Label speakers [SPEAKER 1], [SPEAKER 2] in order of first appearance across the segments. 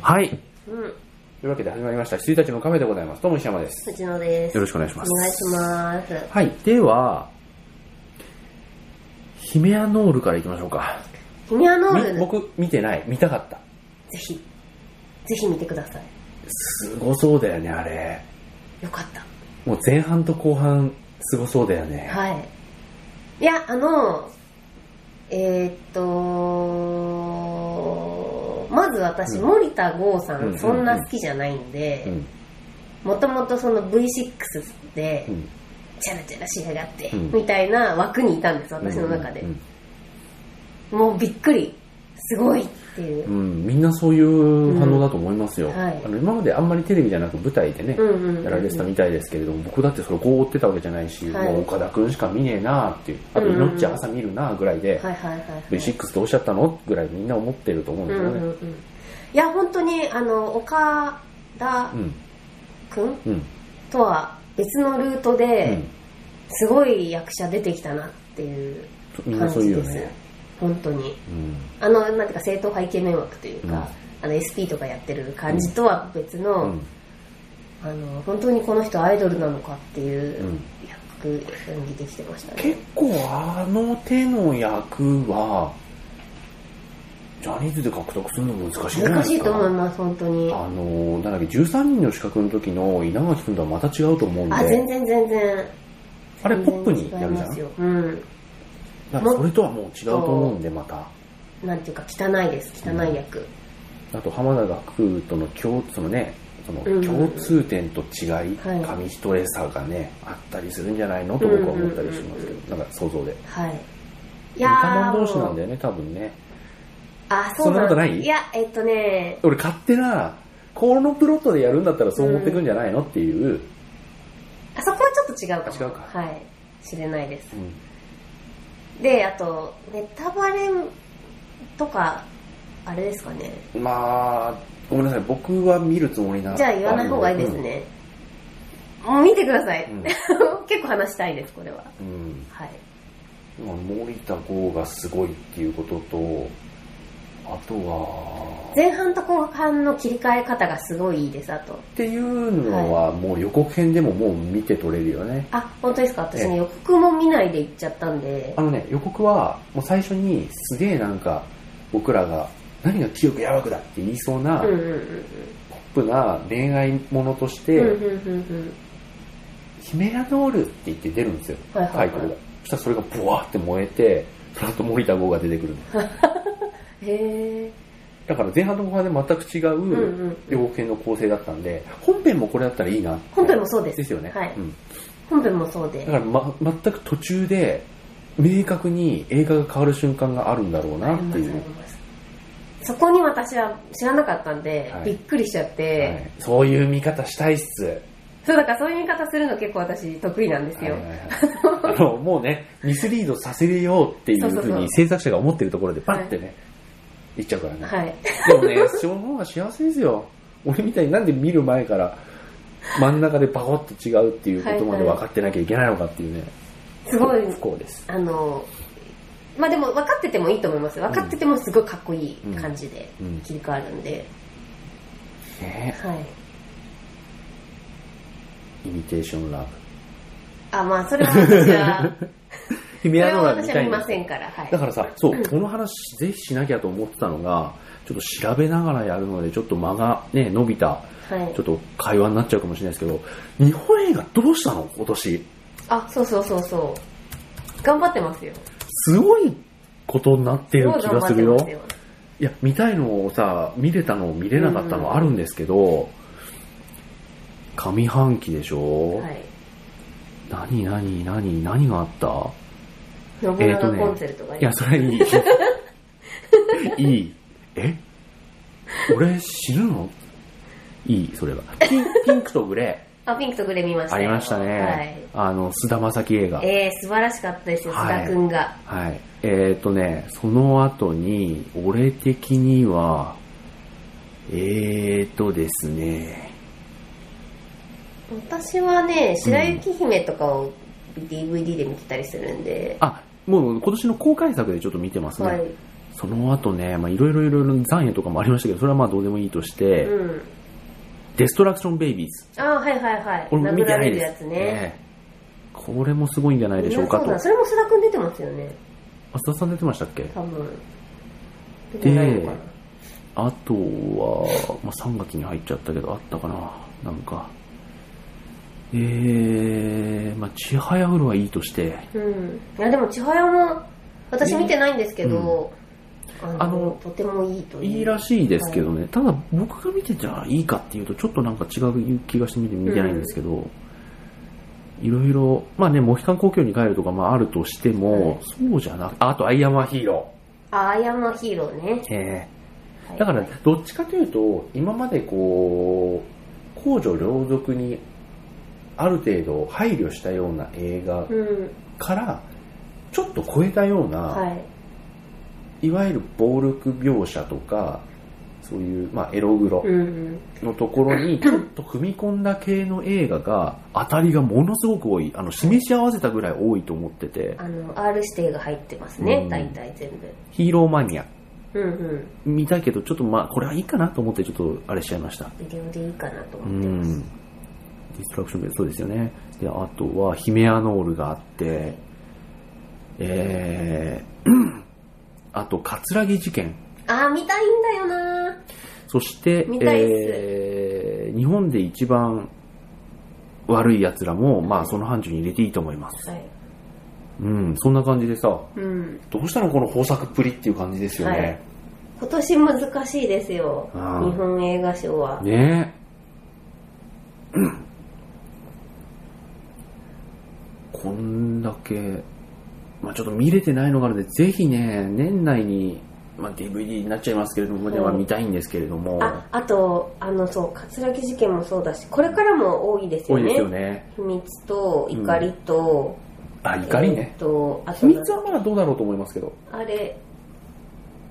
[SPEAKER 1] はい。
[SPEAKER 2] うん。
[SPEAKER 1] というわけで始まりました。羊たちのカメでございます。とも石山です。
[SPEAKER 2] 藤野です。
[SPEAKER 1] よろしくお願いし
[SPEAKER 2] お
[SPEAKER 1] ます。
[SPEAKER 2] 願いします。
[SPEAKER 1] はい。では、ヒメアノールからいきましょうか。
[SPEAKER 2] ヒニアノ
[SPEAKER 1] み
[SPEAKER 2] ール、ぜ
[SPEAKER 1] 僕、見てない。見たかった。
[SPEAKER 2] ひ、ぜひ見てください。
[SPEAKER 1] すごそうだよね、あれ。
[SPEAKER 2] よかった。
[SPEAKER 1] もう前半と後半、すごそうだよね。
[SPEAKER 2] はい。いや、あの、えーっと、まず私、
[SPEAKER 1] うん
[SPEAKER 2] 森田剛さ
[SPEAKER 1] うんうんうん
[SPEAKER 2] ん、そんな好きじゃないん
[SPEAKER 1] う
[SPEAKER 2] で、
[SPEAKER 1] ん。
[SPEAKER 2] もともとその V6 で
[SPEAKER 1] う、ん。
[SPEAKER 2] チャラチャラしやがって、
[SPEAKER 1] うん
[SPEAKER 2] みたいな枠にいたんです、私の中で
[SPEAKER 1] う。ん
[SPEAKER 2] もうびっくり。すごいっていう
[SPEAKER 1] う。ん、みんなそういう反応だと思いますよ、
[SPEAKER 2] うんはい
[SPEAKER 1] あの今まであんまりテレビじゃなく舞台でね、
[SPEAKER 2] うんうんうんうん
[SPEAKER 1] やられてたみたいですけれども僕だってそれこう追ってたわけじゃないし、
[SPEAKER 2] はい
[SPEAKER 1] もう岡田君しか見ねえなっていうあと「
[SPEAKER 2] うんうんうん
[SPEAKER 1] 命っちゃん朝見るな」ぐらいで
[SPEAKER 2] はいはいはいはい。
[SPEAKER 1] 「V6 どうしちゃったの?」ぐらいみんな思ってると思うん
[SPEAKER 2] う
[SPEAKER 1] で
[SPEAKER 2] ん
[SPEAKER 1] す
[SPEAKER 2] う
[SPEAKER 1] よ
[SPEAKER 2] ん
[SPEAKER 1] ね
[SPEAKER 2] うん、いや本当にあの岡田
[SPEAKER 1] うん
[SPEAKER 2] 君
[SPEAKER 1] うん
[SPEAKER 2] とは別のルート
[SPEAKER 1] う
[SPEAKER 2] で
[SPEAKER 1] ん
[SPEAKER 2] すごい役者出てきたなっていう
[SPEAKER 1] みんな
[SPEAKER 2] 感
[SPEAKER 1] そうい
[SPEAKER 2] じ
[SPEAKER 1] うよ
[SPEAKER 2] です、
[SPEAKER 1] ね
[SPEAKER 2] 本当に
[SPEAKER 1] うん
[SPEAKER 2] あのなんていうか正統派イケメン枠というか、
[SPEAKER 1] うん
[SPEAKER 2] あの SP とかやってる感じとは別の,、
[SPEAKER 1] うん
[SPEAKER 2] あの本当にこの人アイドルなのかっていう
[SPEAKER 1] うん
[SPEAKER 2] 役演技できてましたね、
[SPEAKER 1] 結構あの手の役はジャニーズで獲得するの難しいんじゃない
[SPEAKER 2] 難
[SPEAKER 1] で
[SPEAKER 2] し
[SPEAKER 1] す
[SPEAKER 2] い
[SPEAKER 1] か
[SPEAKER 2] と思います本当に
[SPEAKER 1] あのなんだっけ13人の資格の時の稲垣君とはまた違うと思うんで
[SPEAKER 2] あ全然全然
[SPEAKER 1] あれ
[SPEAKER 2] 全
[SPEAKER 1] ポ
[SPEAKER 2] 然
[SPEAKER 1] ップになるじゃ
[SPEAKER 2] 違います
[SPEAKER 1] ん
[SPEAKER 2] ようん
[SPEAKER 1] なんかそれとはもう違うと思うんでまた
[SPEAKER 2] なんていうか汚いです汚い役、
[SPEAKER 1] あと浜田学空との共そのねその
[SPEAKER 2] うん
[SPEAKER 1] 共通点と違い、
[SPEAKER 2] はい
[SPEAKER 1] 紙一重さがねあったりするんじゃないのと僕は思ったりしますけ
[SPEAKER 2] うんうん
[SPEAKER 1] どなんか想像で
[SPEAKER 2] はいい
[SPEAKER 1] 似た
[SPEAKER 2] や
[SPEAKER 1] 者
[SPEAKER 2] ー
[SPEAKER 1] 同士なんだよね多分ね
[SPEAKER 2] あそう
[SPEAKER 1] そんな
[SPEAKER 2] なん
[SPEAKER 1] ことない
[SPEAKER 2] いやえっとね
[SPEAKER 1] 俺勝手なこのプロットでやるんだったらそう思ってくんじゃないのっていう、
[SPEAKER 2] あそこはちょっと違うかも
[SPEAKER 1] あ違うか
[SPEAKER 2] はい知れないです
[SPEAKER 1] うん
[SPEAKER 2] であとネタバレとかあれですかね
[SPEAKER 1] まあごめんなさい僕は見るつもりな
[SPEAKER 2] じゃあ言わない方がいいですね、もう見てください、
[SPEAKER 1] うん
[SPEAKER 2] 結構話したいですこれは
[SPEAKER 1] うん、うん
[SPEAKER 2] はい
[SPEAKER 1] まあ、森田剛がすごいっていうこととあとは
[SPEAKER 2] 前半と後半の切り替え方がすごいいいですあと
[SPEAKER 1] っていうのはもう予告編でももう見て取れるよね、
[SPEAKER 2] あ本当ですか私
[SPEAKER 1] ええ
[SPEAKER 2] ね予告も見ないで行っちゃったんで
[SPEAKER 1] あのね予告はもう最初にすげえなんか僕らが何が記憶やばくだって言いそうな
[SPEAKER 2] うん
[SPEAKER 1] ポッ
[SPEAKER 2] うんうん
[SPEAKER 1] プな恋愛ものとし
[SPEAKER 2] う
[SPEAKER 1] て
[SPEAKER 2] んうんうんうんうん
[SPEAKER 1] 「ヒメラノール」って言って出るんですよ
[SPEAKER 2] はいは
[SPEAKER 1] タ
[SPEAKER 2] い
[SPEAKER 1] イト
[SPEAKER 2] は
[SPEAKER 1] ルが
[SPEAKER 2] い
[SPEAKER 1] そしたらそれがブワーって燃えてその後森田剛が出てくるの
[SPEAKER 2] へえ
[SPEAKER 1] だから前半と後半で全く違
[SPEAKER 2] うん
[SPEAKER 1] う
[SPEAKER 2] うん
[SPEAKER 1] 予告編の構成だったんで本編もこれだったらいいなって
[SPEAKER 2] 本編もそうです
[SPEAKER 1] ですよね、
[SPEAKER 2] はい
[SPEAKER 1] うん
[SPEAKER 2] 本編もそうで
[SPEAKER 1] だから、ま、全く途中で明確に映画が変わる瞬間があるんだろうなっていう、
[SPEAKER 2] そこに私は知らなかったんで、
[SPEAKER 1] はい
[SPEAKER 2] びっくりしちゃって、
[SPEAKER 1] はいそういう見方したいっす、
[SPEAKER 2] そうだからそういう見方するの結構私得意なんで
[SPEAKER 1] は
[SPEAKER 2] す
[SPEAKER 1] い
[SPEAKER 2] よ、
[SPEAKER 1] はいはいあのもうねミスリードさせれようっていう
[SPEAKER 2] そう
[SPEAKER 1] ふ
[SPEAKER 2] そう
[SPEAKER 1] う
[SPEAKER 2] そう
[SPEAKER 1] に制作者が思ってるところでバッてね、い、っちゃうからね、
[SPEAKER 2] はい
[SPEAKER 1] でもねその方が幸せですよ俺みたいになんで見る前から真ん中でパコッと違うっていうことまで分かってなきゃいけないのかっていうね、
[SPEAKER 2] すごい
[SPEAKER 1] 不幸です
[SPEAKER 2] あのまあでも分かっててもいいと思います分かっててもすごいかっこいい感じで
[SPEAKER 1] うんうん
[SPEAKER 2] 切り替わるんで、
[SPEAKER 1] ね
[SPEAKER 2] はい
[SPEAKER 1] イミテーションラブ
[SPEAKER 2] あまあそれは私は
[SPEAKER 1] ヒ
[SPEAKER 2] そ
[SPEAKER 1] メ
[SPEAKER 2] れは
[SPEAKER 1] ラノール見
[SPEAKER 2] 私 は
[SPEAKER 1] たい
[SPEAKER 2] 見
[SPEAKER 1] んで
[SPEAKER 2] ますせんからはい
[SPEAKER 1] だからさ、そう、この話ぜひしなきゃと思ってたのが、ちょっと調べながらやるので、ちょっと間がね、伸びた、
[SPEAKER 2] はい
[SPEAKER 1] ちょっと会話になっちゃうかもしれないですけど、日本映画どうしたの今年。
[SPEAKER 2] あそうそうそうそう頑張ってますよ
[SPEAKER 1] すごいことになって
[SPEAKER 2] す
[SPEAKER 1] る
[SPEAKER 2] ごい
[SPEAKER 1] 気
[SPEAKER 2] 頑
[SPEAKER 1] が
[SPEAKER 2] 張
[SPEAKER 1] す
[SPEAKER 2] って
[SPEAKER 1] る
[SPEAKER 2] ま
[SPEAKER 1] よ。
[SPEAKER 2] すよ
[SPEAKER 1] いや、見たいのをさ、見れたの見れなかった
[SPEAKER 2] うんう
[SPEAKER 1] の
[SPEAKER 2] ん
[SPEAKER 1] あるんですけど、上半期でしょ、
[SPEAKER 2] はい
[SPEAKER 1] 何何何何があった
[SPEAKER 2] 信
[SPEAKER 1] えーと
[SPEAKER 2] 長
[SPEAKER 1] ね
[SPEAKER 2] コンセルトが
[SPEAKER 1] いや、それいい。 いい。え俺死ぬのいい、それは。ピンピンクとグレ
[SPEAKER 2] あピンクとグレー見まし
[SPEAKER 1] ー。
[SPEAKER 2] た
[SPEAKER 1] ありましたね。
[SPEAKER 2] はい
[SPEAKER 1] あの、菅田将暉映画。
[SPEAKER 2] えー、素晴らしかったですよ、
[SPEAKER 1] はい
[SPEAKER 2] 須田くんが。
[SPEAKER 1] はい。えっ、ー、とね、その後に、俺的には、えーとですね、
[SPEAKER 2] 私はね、白雪姫とかを DVD で見てたりするんで、
[SPEAKER 1] あ、もう今年の公開作でちょっと見てますね。
[SPEAKER 2] はい。
[SPEAKER 1] その後ね、まあいろいろいろいろ残影とかもありましたけど、それはまあどうでもいいとして、
[SPEAKER 2] うん。
[SPEAKER 1] デストラクションベイビーズ。
[SPEAKER 2] ああ、はいはいはい。
[SPEAKER 1] これも見
[SPEAKER 2] 殴
[SPEAKER 1] てな
[SPEAKER 2] られ
[SPEAKER 1] い
[SPEAKER 2] る
[SPEAKER 1] で
[SPEAKER 2] や
[SPEAKER 1] す。
[SPEAKER 2] つね。
[SPEAKER 1] ええこれもすごいんじゃないでしょうか
[SPEAKER 2] い
[SPEAKER 1] と。
[SPEAKER 2] やそうだそれも須田くん出てますよね。
[SPEAKER 1] 松田さん出てましたっけ
[SPEAKER 2] 多分。出てないのかな
[SPEAKER 1] で。あとは、まあ、3月に入っちゃったけど、あったかな、なんか。えー、まあ、ちはやふるはいいとして、
[SPEAKER 2] うん。いや、でも、千早も、私見てないんですけど、あ
[SPEAKER 1] あ
[SPEAKER 2] の
[SPEAKER 1] の、
[SPEAKER 2] とてもいいという。
[SPEAKER 1] いいらしいですけどね、ただ僕が見てじゃいいかっていうと、ちょっとなんか違う気がして見て見てないんですけど、いろいろ、まあね、モヒカン故郷に帰るとか、まああるとしても、そうじゃなくああと、アイアンはヒーロ
[SPEAKER 2] あ、アイアンマンヒーローね。
[SPEAKER 1] ー。え
[SPEAKER 2] は
[SPEAKER 1] ー
[SPEAKER 2] い
[SPEAKER 1] だから、どっちかというと、今までこう、公序良俗に、ある程度配慮したような映画
[SPEAKER 2] うん。
[SPEAKER 1] からちょっと超えたような、
[SPEAKER 2] はい。
[SPEAKER 1] い、わゆる暴力描写とかそういう、まあ、エログロ
[SPEAKER 2] うん。
[SPEAKER 1] のところ にちょっと踏み込んだ系の映画が当たりがものすごく多いあの示し合わせたぐらい多いと思ってて
[SPEAKER 2] あの、R 指定が入ってます
[SPEAKER 1] う
[SPEAKER 2] ね、
[SPEAKER 1] ん
[SPEAKER 2] 大体全部。
[SPEAKER 1] ヒーローマニア
[SPEAKER 2] うんうん。
[SPEAKER 1] 見たけどちょっとまあこれはいいかなと思ってちょっとあれしちゃいました
[SPEAKER 2] ビデオでいいかなと
[SPEAKER 1] う
[SPEAKER 2] 思ってま
[SPEAKER 1] ん
[SPEAKER 2] す
[SPEAKER 1] デ。ィストラクションベルそうですよねであとはヒメアノールがあってえー あと葛城事件
[SPEAKER 2] あー、見たいんだよな
[SPEAKER 1] そして
[SPEAKER 2] 見、たいっす
[SPEAKER 1] えー日本で一番悪い奴らも、まあ、その範疇に入れていいと思います。
[SPEAKER 2] はい。
[SPEAKER 1] うん、そんな感じでさ、
[SPEAKER 2] うん。
[SPEAKER 1] どうしたのこの豊作っぷりっていう感じですよね。
[SPEAKER 2] 今年難しいですよ、日
[SPEAKER 1] うん
[SPEAKER 2] 本映画賞は。
[SPEAKER 1] ねえこんだけ、まあ、ちょっと見れてないのがあるので、ぜひね、年内に、まあ、DVD になっちゃいますけれども、では見たいんですけれども、
[SPEAKER 2] あ、あと、あの、そう、葛城事件もそうだし、これからも多いですよ
[SPEAKER 1] 多い
[SPEAKER 2] ね。
[SPEAKER 1] ですよね。
[SPEAKER 2] 秘密と怒りと、
[SPEAKER 1] あ、怒りね
[SPEAKER 2] えー。とあと
[SPEAKER 1] 秘密はまだどうだろうと思いますけど。
[SPEAKER 2] あれ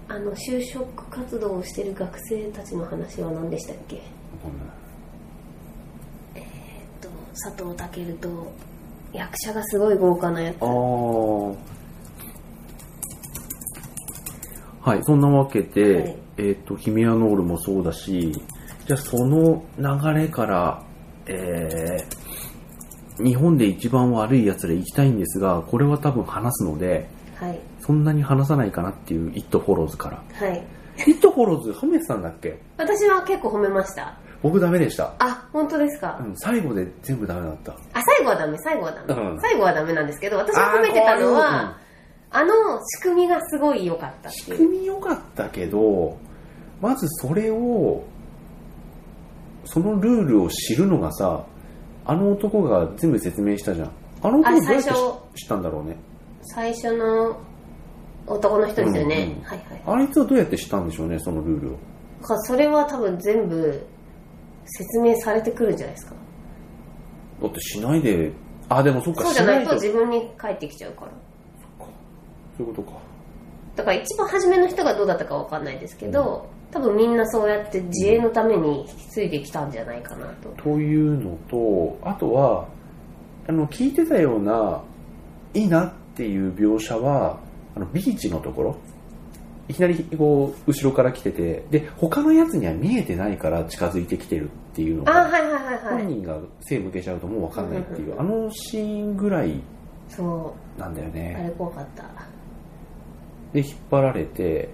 [SPEAKER 2] あの就職活動をしてる学生たちの話は何でしたっけえっと佐藤健と役者がすごい豪華なやつ
[SPEAKER 1] ああ。はい、そんなわけで、
[SPEAKER 2] はい
[SPEAKER 1] えっ、と、ヒメアノールもそうだし、じゃあその流れから、えー日本で一番悪い奴ら行きたいんですが、これは多分話すので、
[SPEAKER 2] はい
[SPEAKER 1] そんなに話さないかなっていう、イットフォローズから。
[SPEAKER 2] はい
[SPEAKER 1] イットフォローズ、褒めてたんだっけ
[SPEAKER 2] 私は結構褒めました
[SPEAKER 1] 僕ダメでした。
[SPEAKER 2] あ本当ですか、
[SPEAKER 1] うん、最後で全部ダメだった。
[SPEAKER 2] あ最後はダメ最後はダメ、
[SPEAKER 1] うん
[SPEAKER 2] 最後はダメなんですけど私が褒めてたの
[SPEAKER 1] あーこういううん
[SPEAKER 2] はあの仕組みがすごい良かったっ
[SPEAKER 1] 仕
[SPEAKER 2] ていう
[SPEAKER 1] 組み良かったけどまずそれをそのルールを知るのがさあの男が全部説明したじゃんあの男
[SPEAKER 2] あ
[SPEAKER 1] どうやって
[SPEAKER 2] 最初
[SPEAKER 1] 知知ったんだろうね
[SPEAKER 2] 最初の男の人ですよね、
[SPEAKER 1] うんうん
[SPEAKER 2] はいは
[SPEAKER 1] あ
[SPEAKER 2] い
[SPEAKER 1] いつはどうやって知ったんでしょうねそのルールを
[SPEAKER 2] だからそれは多分全部説明されてくるんじゃないですか
[SPEAKER 1] だってしないであでもそっか
[SPEAKER 2] そうじゃないと
[SPEAKER 1] しない
[SPEAKER 2] 自分に返ってきちゃうから
[SPEAKER 1] そういうことか
[SPEAKER 2] だから一番初めの人がどうだったかわかんないですけど、多分みんなそうやって自衛のために引き継いできたんじゃないかなと、
[SPEAKER 1] というのとあとはあの聞いてたようないいなっていう描写はあのビーチのところいきなりこう後ろから来ててで他のやつには見えてないから近づいてきてるっていうの
[SPEAKER 2] あ
[SPEAKER 1] が
[SPEAKER 2] はいはいはいは
[SPEAKER 1] 本人
[SPEAKER 2] い
[SPEAKER 1] が背向けちゃうともう分かんないっていううんあのシーンぐらい
[SPEAKER 2] そ
[SPEAKER 1] なんだよ
[SPEAKER 2] うあ
[SPEAKER 1] ね
[SPEAKER 2] れ怖かった
[SPEAKER 1] で引っ張られて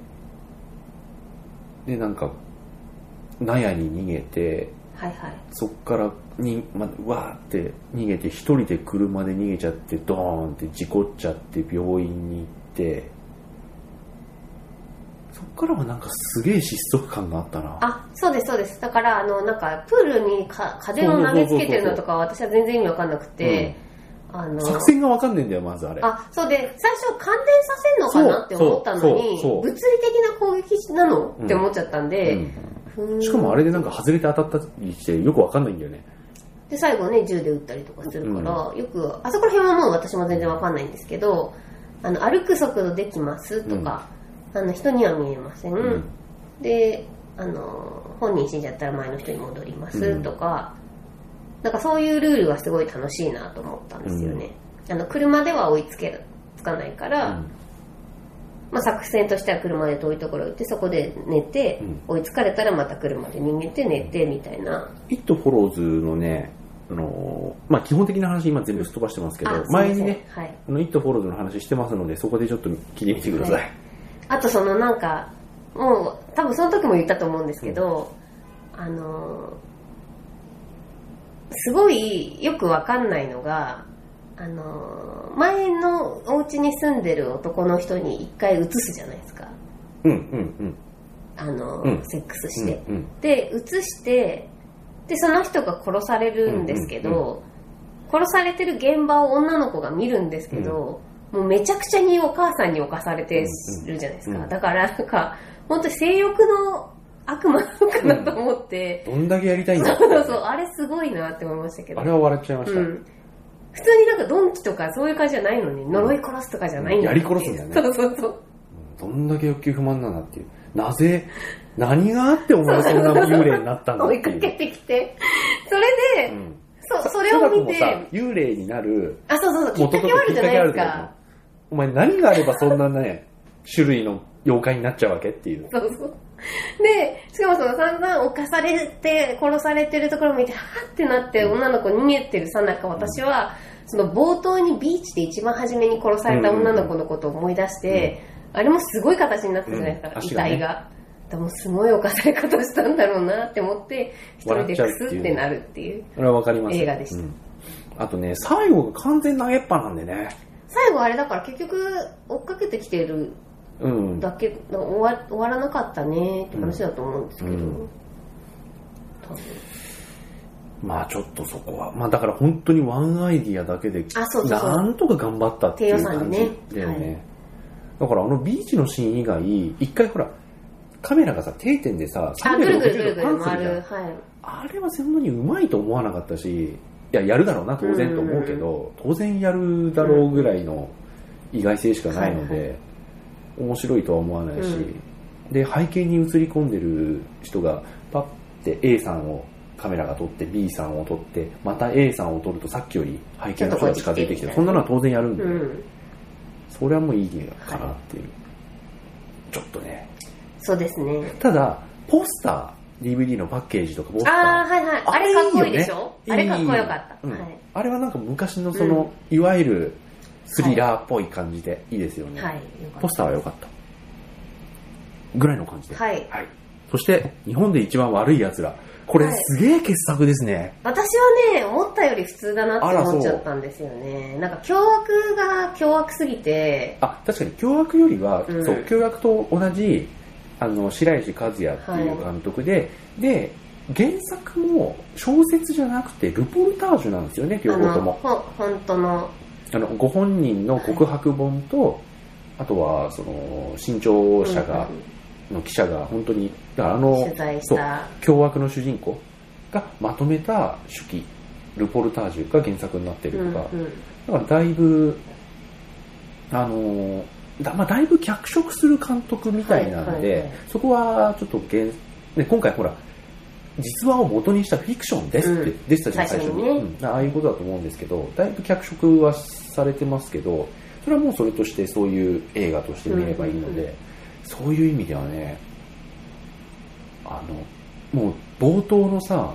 [SPEAKER 1] でなんか納屋に逃げて
[SPEAKER 2] はいはい
[SPEAKER 1] そっからに、ま、わーって逃げて一人で車で逃げちゃってドーンって事故っちゃって病院に行ってそっからはなんかすげえ失速感があったな
[SPEAKER 2] あそうですそうですだからあのなんかプールにか風を投げつけてるのとかは私は全然意味わかんなくて、あの
[SPEAKER 1] 作戦がわかんねえんだよまずあれ
[SPEAKER 2] あ、そうで、最初感電させんのかなって思ったの
[SPEAKER 1] そう
[SPEAKER 2] に、
[SPEAKER 1] そうそう
[SPEAKER 2] 物理的な攻撃なの
[SPEAKER 1] うん
[SPEAKER 2] って思っちゃったん
[SPEAKER 1] う
[SPEAKER 2] で、
[SPEAKER 1] ん
[SPEAKER 2] ふーん
[SPEAKER 1] しかもあれでなんか外れて当たったりしてよくわかんないんだよね
[SPEAKER 2] で、最後ね、銃で撃ったりとかするから、よく、あそこら辺はもう私も全然わかんないんですけど、あの、歩く速度できますとか、あの、人には見えません。
[SPEAKER 1] うん
[SPEAKER 2] で、あの、本人死んじゃったら前の人に戻りますとか、なんかそういうルールがすごい楽しいなと思ったんですよね。あの、車では追いつける、つかないから、まあ、作戦としては車で遠いところ行ってそこで寝て、
[SPEAKER 1] うん
[SPEAKER 2] 追いつかれたらまた車で逃げて寝てみたいな
[SPEAKER 1] イットフォローズのね、あのーまあ、基本的な話今全部すっ飛ばしてますけど
[SPEAKER 2] あすい、ませ
[SPEAKER 1] 前
[SPEAKER 2] ん
[SPEAKER 1] にね、
[SPEAKER 2] はい、
[SPEAKER 1] あの、イットフォローズの話してますので、そこでちょっと聞いてみてください。
[SPEAKER 2] はあとそのなんかもう多分その時も言ったと思うんですけど、あのーすごいよくわかんないのがあのー前のお家に住んでる男の人に一回移すじゃないですか
[SPEAKER 1] うん、うん、
[SPEAKER 2] あのー、
[SPEAKER 1] うん
[SPEAKER 2] セックス
[SPEAKER 1] うん。
[SPEAKER 2] して、
[SPEAKER 1] うん、うん。
[SPEAKER 2] で移してでその人が殺されるんですけど、
[SPEAKER 1] うんう
[SPEAKER 2] 殺されてる現場を女の子が見るんですけど、もうめちゃくちゃにお母さんに侵されてるじゃないですか、
[SPEAKER 1] うんうん
[SPEAKER 2] だからなんか本当に性欲の悪魔なのかなと思って、
[SPEAKER 1] どんだけやりたいんだ
[SPEAKER 2] そう
[SPEAKER 1] って
[SPEAKER 2] そうそうあれすごいなって思いましたけど
[SPEAKER 1] あれは笑っちゃいまし
[SPEAKER 2] う
[SPEAKER 1] た。
[SPEAKER 2] ん、普通になんかドンキとかそういう感じじゃないのに呪い殺すとかじゃないんだって
[SPEAKER 1] うんやり殺すんだよ
[SPEAKER 2] そうそうそう
[SPEAKER 1] どんだけ欲求不満なんだっていう。なぜ、何があってお前そんな幽霊になったんだっ
[SPEAKER 2] 追
[SPEAKER 1] てい
[SPEAKER 2] い
[SPEAKER 1] う。
[SPEAKER 2] かけてきてそれで、
[SPEAKER 1] うん。
[SPEAKER 2] そそれを見
[SPEAKER 1] 貞子もさ
[SPEAKER 2] て、
[SPEAKER 1] 幽霊になる
[SPEAKER 2] あそうそうそうきっかけはあるじゃないですか
[SPEAKER 1] お前何があればそんなね、種類の妖怪になっちゃうわけっていう。
[SPEAKER 2] そうそう。で、しかもその散々犯されて、殺されてるところを見て、はぁってなって女の子逃げてるさなか、私は、その冒頭にビーチで一番初めに殺された女の子のことを思い出して、あれもすごい形になってたじゃないですか、
[SPEAKER 1] うん足
[SPEAKER 2] 遺
[SPEAKER 1] がね
[SPEAKER 2] 体が。でもすごい犯され方したんだろうなって思って、一人でクスってなるっていう。
[SPEAKER 1] それはわかります。
[SPEAKER 2] 映画でした
[SPEAKER 1] うんあとね、最後が完全投げっぱなんでね。
[SPEAKER 2] 最後あれだから結局追っかけてきてる
[SPEAKER 1] うん。
[SPEAKER 2] だけ、終わ終わらなかったねって話だと思うんですけど。
[SPEAKER 1] うん
[SPEAKER 2] 多分
[SPEAKER 1] まあちょっとそこは。まあだから本当にワンアイディアだけで、
[SPEAKER 2] あそうそうそう
[SPEAKER 1] なんとか頑張ったっていう感じ
[SPEAKER 2] 低予算でね
[SPEAKER 1] だよ
[SPEAKER 2] は
[SPEAKER 1] ね。だからあのビーチのシーン以外、一回ほら、カメラがさ、定点でさ、
[SPEAKER 2] あ、ぐるぐるぐる
[SPEAKER 1] 360
[SPEAKER 2] ぐ
[SPEAKER 1] 度
[SPEAKER 2] る
[SPEAKER 1] パン
[SPEAKER 2] 回
[SPEAKER 1] するじゃん
[SPEAKER 2] る。はい。
[SPEAKER 1] あれはそんなにうまいと思わなかったし、いや、やるだろうな、当然と思うけど、当然やるだろうぐらいの意外性しかないの
[SPEAKER 2] はいは
[SPEAKER 1] で、面白いとは思わないし
[SPEAKER 2] うん、
[SPEAKER 1] で、背景に映り込んでる人が、パッて A さんをカメラが撮って B さんを撮って、また A さんを撮るとさっきより背景の人が近づいてき、
[SPEAKER 2] ちょってとこっち来て
[SPEAKER 1] そんなのは当然やるんで、
[SPEAKER 2] うん。
[SPEAKER 1] それはもういいかなっていう。ちょっとね。
[SPEAKER 2] そうですね。
[SPEAKER 1] ただ、ポスター、DVD のパッケージとかポスター、
[SPEAKER 2] あー、はいはい。あれかっこいいでしょあれかっこよかった。
[SPEAKER 1] うん
[SPEAKER 2] はい。
[SPEAKER 1] あれはなんか昔のその、いわゆるスリラーっぽい感じでいいですよね、
[SPEAKER 2] はい。よか
[SPEAKER 1] ポ
[SPEAKER 2] っ
[SPEAKER 1] スターは良かったぐらいの感じで
[SPEAKER 2] た。はい。
[SPEAKER 1] そして日本で一番悪いやつらこれ
[SPEAKER 2] はい
[SPEAKER 1] すげえ傑作ですね、
[SPEAKER 2] 私はね、思ったより普通だなって思っちゃったんですよね。なんか、凶悪が凶悪すぎて、
[SPEAKER 1] あ確かに凶悪よりは、
[SPEAKER 2] うん
[SPEAKER 1] そう凶悪と同じあの白石和也っていう監督で、で原作も小説じゃなくてルポルタージュなんですよね
[SPEAKER 2] あ
[SPEAKER 1] 両方と
[SPEAKER 2] の、
[SPEAKER 1] も
[SPEAKER 2] ほ本当の、
[SPEAKER 1] あのご本人の告白本と、あとはその新潮社が、の記者が本当にだからあ
[SPEAKER 2] うん
[SPEAKER 1] の
[SPEAKER 2] 取材した、
[SPEAKER 1] 凶悪の主人公がまとめた手記ルポルタージュが原作になって
[SPEAKER 2] う
[SPEAKER 1] る
[SPEAKER 2] んうん
[SPEAKER 1] とか、だからだいぶあのーだ,、まあ、だいぶ脚色する監督みたいなので、
[SPEAKER 2] はいはいはい
[SPEAKER 1] そこはちょっと原、ね、今回ほら実話を元にしたフィクションですって、
[SPEAKER 2] うん
[SPEAKER 1] でしたじゃん最初に、
[SPEAKER 2] 最初にね
[SPEAKER 1] うんああいうことだと思うんですけどだいぶ脚色はされてますけどそれはもうそれとしてそういう映画として見ればいいので、
[SPEAKER 2] うんうんう
[SPEAKER 1] そういう意味ではねあのもう冒頭のさ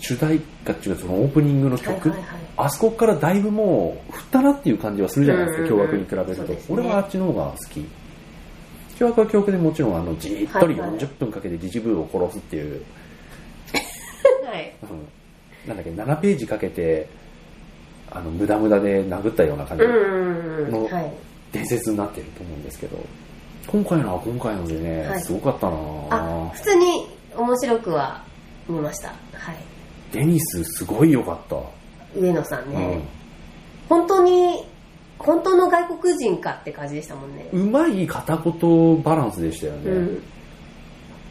[SPEAKER 1] 主題歌っていうかそのオープニングの曲、
[SPEAKER 2] はいはいはい。
[SPEAKER 1] あそこからだいぶもう振ったなっていう感じはするじゃないですか、
[SPEAKER 2] うんうんうん
[SPEAKER 1] 凶悪に比べる
[SPEAKER 2] そう
[SPEAKER 1] と、
[SPEAKER 2] ですね
[SPEAKER 1] 俺はあっちの方が好き凶悪は凶悪でもちろんあのじーっとり
[SPEAKER 2] はいはい
[SPEAKER 1] 40分かけてジジブーを殺すっていう、
[SPEAKER 2] はい。
[SPEAKER 1] うんなんだっけ7ページかけてあの無駄無駄で殴ったような感じ
[SPEAKER 2] う
[SPEAKER 1] で
[SPEAKER 2] んうんうん。
[SPEAKER 1] の
[SPEAKER 2] はい。
[SPEAKER 1] 伝説になってると思うんですけど、今回のは今回のでね、
[SPEAKER 2] はい
[SPEAKER 1] すごかったなぁ
[SPEAKER 2] あ、普通に面白くは見ました。はい。
[SPEAKER 1] デニスすごい良かった、
[SPEAKER 2] 上野さん
[SPEAKER 1] う
[SPEAKER 2] ね。本当に本当の外国人かって感じでしたもんね。
[SPEAKER 1] んうまい片言バランスでしたよね、
[SPEAKER 2] うん、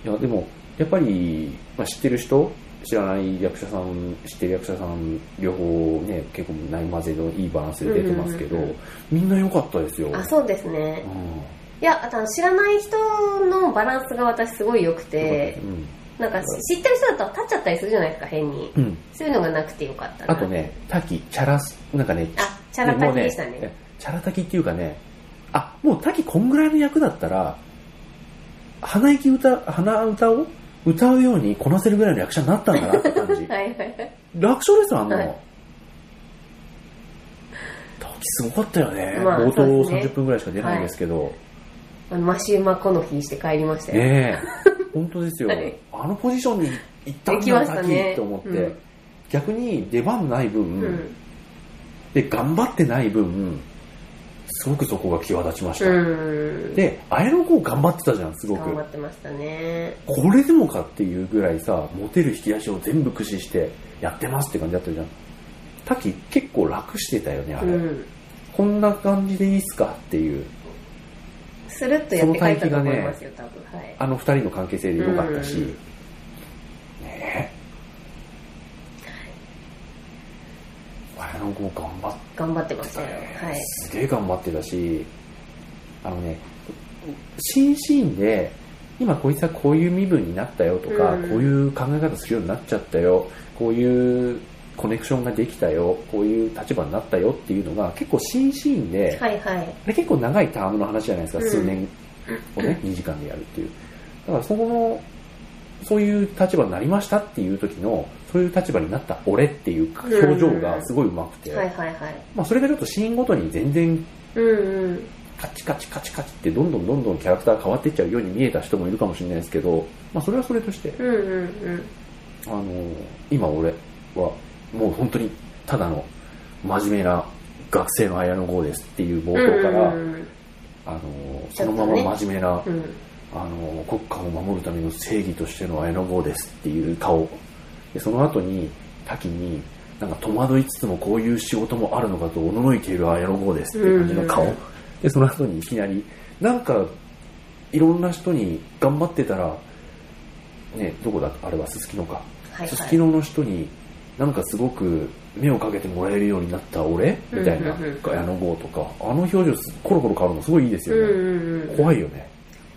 [SPEAKER 1] いやでもやっぱり、まあ、知ってる人知らない役者さん知ってる役者さん両方ね結構ない混ぜのいいバランスで出てますけど、
[SPEAKER 2] うんうんうん
[SPEAKER 1] みんな良かったですよ
[SPEAKER 2] あそうですね
[SPEAKER 1] うんよか
[SPEAKER 2] いやあと知らない人のバランスが私すごい良く
[SPEAKER 1] ったです
[SPEAKER 2] てなんか知ってる人だと立っちゃったりするじゃないですか変に
[SPEAKER 1] うん、うん、
[SPEAKER 2] そういうのがなくてよかったな
[SPEAKER 1] あとねタキチャラスなんかね
[SPEAKER 2] あチャラタキでしたね
[SPEAKER 1] もうチャラタキっていうかねあもう滝こんぐらいの役だったら鼻息歌鼻歌を歌うようにこなせるぐらいの役者になったんだなって感じ
[SPEAKER 2] はいはい
[SPEAKER 1] 楽勝ですよあんなの、
[SPEAKER 2] はい
[SPEAKER 1] 滝すごかったよね、
[SPEAKER 2] まあ
[SPEAKER 1] 冒頭
[SPEAKER 2] そうです
[SPEAKER 1] 30
[SPEAKER 2] ね
[SPEAKER 1] 分ぐらいしか出ないんですけど、
[SPEAKER 2] あのマシューマコノヒーして帰りましたよ、
[SPEAKER 1] ね え本当ですよ、
[SPEAKER 2] はい
[SPEAKER 1] あのポジションに行ったん
[SPEAKER 2] 行きま
[SPEAKER 1] だ
[SPEAKER 2] した
[SPEAKER 1] 滝、
[SPEAKER 2] ね
[SPEAKER 1] って思って、
[SPEAKER 2] うん
[SPEAKER 1] 逆に出番ない分、
[SPEAKER 2] うん
[SPEAKER 1] で頑張ってない分すごくそこが際立ちました、
[SPEAKER 2] うん
[SPEAKER 1] で綾野剛頑張ってたじゃんすごく
[SPEAKER 2] 頑張ってましたね
[SPEAKER 1] これでもかっていうぐらいさモテる引き出しを全部駆使してやってますって感じだったじゃん滝結構楽してたよねあ
[SPEAKER 2] う
[SPEAKER 1] れ、
[SPEAKER 2] ん
[SPEAKER 1] こんな感じでいいっすかっていう
[SPEAKER 2] スルッとやって帰ったと思いますよ、多分はい
[SPEAKER 1] あの二人の関係性でよかったし、
[SPEAKER 2] うん
[SPEAKER 1] ねえ綾野剛頑張っ
[SPEAKER 2] 頑張ってま
[SPEAKER 1] て
[SPEAKER 2] したたよ
[SPEAKER 1] ね、
[SPEAKER 2] はい
[SPEAKER 1] すげえ頑張ってたしあのね新シーンで今こいつはこういう身分になったよとか、
[SPEAKER 2] うん
[SPEAKER 1] こういう考え方するようになっちゃったよこういうコネクションができたよこういう立場になったよっていうのが結構新シーンで、
[SPEAKER 2] はいはい
[SPEAKER 1] あれ結構長いタームの話じゃないですか、
[SPEAKER 2] うん
[SPEAKER 1] 数年をね、2時間でやるっていう。だからそこの、そういう立場になりましたっていう時の、そういう立場になった俺っていう表情がすごい上手くて、
[SPEAKER 2] はいはいはい
[SPEAKER 1] まあそれがちょっとシーンごとに全然
[SPEAKER 2] うんうん
[SPEAKER 1] カチカチカチカチってどんどんどんどんキャラクターが変わっていっちゃうように見えた人もいるかもしれないですけど、まあそれはそれとして、
[SPEAKER 2] うんうん
[SPEAKER 1] あのー今俺はもう本当にただの真面目な学生の綾野剛ですっていう冒
[SPEAKER 2] うん
[SPEAKER 1] 頭から、
[SPEAKER 2] うんうん
[SPEAKER 1] あのーそのまま真面目な、
[SPEAKER 2] うん
[SPEAKER 1] あの国家を守るための正義としての綾野剛ですっていう顔でその後に滝になんか戸惑いつつもこういう仕事もあるのかとおののいている綾野剛ですっていう感じの顔、
[SPEAKER 2] うん
[SPEAKER 1] でその後にいきなりなんかいろんな人に頑張ってたらねどこだあれはすすきのか
[SPEAKER 2] はい
[SPEAKER 1] すす
[SPEAKER 2] は
[SPEAKER 1] き
[SPEAKER 2] い
[SPEAKER 1] のの人になんかすごく目をかけてもらえるようになった俺みたいな
[SPEAKER 2] うんうんうん
[SPEAKER 1] 綾野剛とかあの表情すコロコロ変わるのすごいいいです
[SPEAKER 2] う
[SPEAKER 1] よ
[SPEAKER 2] ん
[SPEAKER 1] ね、
[SPEAKER 2] うんうん
[SPEAKER 1] 怖いよね、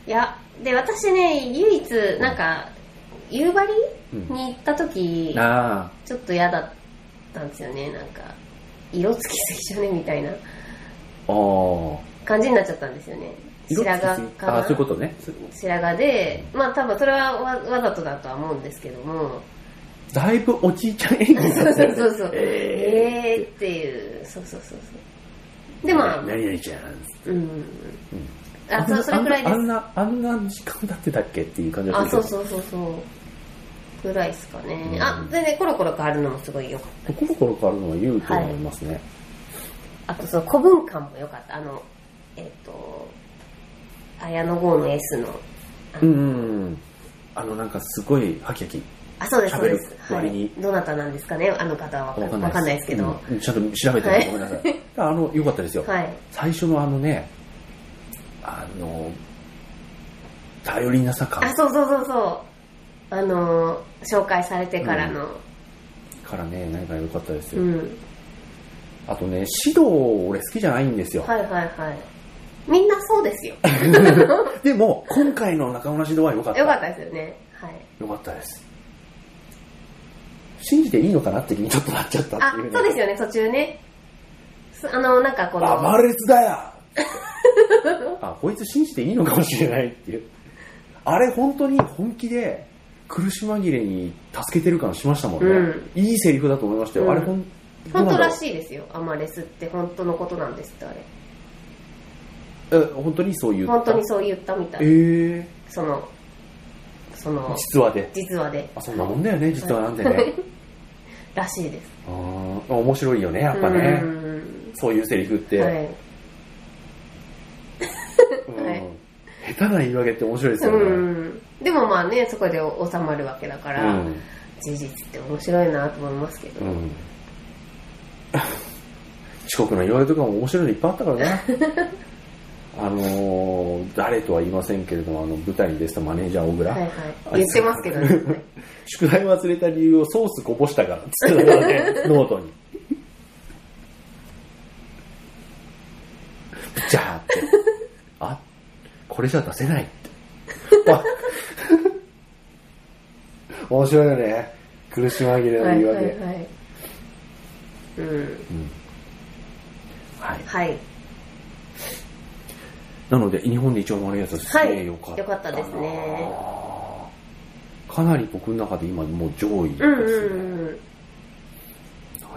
[SPEAKER 2] いやで私ね唯一なんか夕張
[SPEAKER 1] うん、
[SPEAKER 2] に行った時
[SPEAKER 1] あ
[SPEAKER 2] ちょっと嫌だったんですよねなんか色つきすぎじゃねみたいな
[SPEAKER 1] あああ
[SPEAKER 2] 感じになっちゃったんですよね
[SPEAKER 1] 色つきすぎ
[SPEAKER 2] 白髪か
[SPEAKER 1] あ
[SPEAKER 2] な
[SPEAKER 1] あそういうことね
[SPEAKER 2] 白髪でまあ多分それはわわざとだとは思うんですけども
[SPEAKER 1] だいぶおじいちゃん演技だったよね
[SPEAKER 2] そうそうそう
[SPEAKER 1] え
[SPEAKER 2] えーっていうそうそうそうそうでまあ
[SPEAKER 1] 何々ちゃん
[SPEAKER 2] うんあそうそれくらいで
[SPEAKER 1] あ
[SPEAKER 2] す
[SPEAKER 1] んなあんなあんな時間だってたっけっていう感じだ
[SPEAKER 2] あ
[SPEAKER 1] ったけ
[SPEAKER 2] そ
[SPEAKER 1] ど
[SPEAKER 2] うそうそうそうぐらいですかね、
[SPEAKER 1] うん
[SPEAKER 2] あ全然コロコロ変わるのもすごい良かった
[SPEAKER 1] コロコロ変わるのは言うと思いますね、
[SPEAKER 2] あとその古文館も良かったあのえっ、と綾野剛の S の
[SPEAKER 1] うんうんうんあのなんかすごいハキハキ
[SPEAKER 2] あそうですそうです
[SPEAKER 1] 喋る
[SPEAKER 2] は
[SPEAKER 1] 割に
[SPEAKER 2] いどなたなんですかねあの方は
[SPEAKER 1] わ
[SPEAKER 2] わ
[SPEAKER 1] か
[SPEAKER 2] か
[SPEAKER 1] ん
[SPEAKER 2] ん
[SPEAKER 1] ない
[SPEAKER 2] ないですけど、
[SPEAKER 1] うんちゃんと調べて、
[SPEAKER 2] はい
[SPEAKER 1] ごめんなさいあの良かったですよ、
[SPEAKER 2] はい
[SPEAKER 1] 最初のあのねあの頼りなさ感
[SPEAKER 2] あそうそうそうそうあの紹介されてからの
[SPEAKER 1] からねなんか良かったです
[SPEAKER 2] う
[SPEAKER 1] よ、
[SPEAKER 2] ん、
[SPEAKER 1] あとね指導俺好きじゃないんですよ、
[SPEAKER 2] はいはいはいみんなそうで すよ
[SPEAKER 1] でも、今回の中村指導は良かった。
[SPEAKER 2] 良かったですよねはい
[SPEAKER 1] 良かったです。信じていいのかなって気にちょっとなっちゃったっ
[SPEAKER 2] あ
[SPEAKER 1] ていうね。
[SPEAKER 2] そうですよね途中ねすあのなんかこの
[SPEAKER 1] あ、マルレツだよあ、こいつ信じていいのかもしれないっていう。あれ、本当に本気で苦し紛れに助けてる感しましたもんね。
[SPEAKER 2] うん
[SPEAKER 1] いいセリフだと思いましたよ。
[SPEAKER 2] うん
[SPEAKER 1] あれほん、
[SPEAKER 2] 本当ら
[SPEAKER 1] い。
[SPEAKER 2] しいですよアマレスって本当のことなんですってあれ
[SPEAKER 1] え本当にそういう。
[SPEAKER 2] 本当にそう言ったみた
[SPEAKER 1] え
[SPEAKER 2] い
[SPEAKER 1] ー、
[SPEAKER 2] そのその
[SPEAKER 1] 実話で。
[SPEAKER 2] 実話で
[SPEAKER 1] あ、そんなもんだよね、実話なんてね。
[SPEAKER 2] らしいです
[SPEAKER 1] あー面白いよね、やっぱね。
[SPEAKER 2] うん
[SPEAKER 1] そういうセリフって。
[SPEAKER 2] はい
[SPEAKER 1] うん
[SPEAKER 2] はい
[SPEAKER 1] 下手な言い訳って面白いですよね。
[SPEAKER 2] うんでもまあねそこで収まるわけだから、
[SPEAKER 1] うん
[SPEAKER 2] 事実って面白いなと思いますけど、
[SPEAKER 1] うん 遅刻の言われとかも面白いのいっぱいあったからね。あのー誰とは言いませんけれども、あの舞台に出てたマネージャー小倉、
[SPEAKER 2] はいはい言ってますけどね
[SPEAKER 1] 宿題忘れた理由をソースこぼしたからっつってたからね、ノートに。じゃあって。あ、これじゃ出せない って。あ面白いよね。苦し紛れの
[SPEAKER 2] は
[SPEAKER 1] 言い
[SPEAKER 2] い
[SPEAKER 1] 訳。
[SPEAKER 2] はいはいうん
[SPEAKER 1] はい。
[SPEAKER 2] はい
[SPEAKER 1] なので日本で一番悪いやつはす
[SPEAKER 2] は
[SPEAKER 1] げえ
[SPEAKER 2] い
[SPEAKER 1] よかった、
[SPEAKER 2] よかったですね
[SPEAKER 1] かなり僕の中で今もう上位です
[SPEAKER 2] う
[SPEAKER 1] ね、
[SPEAKER 2] んうんうん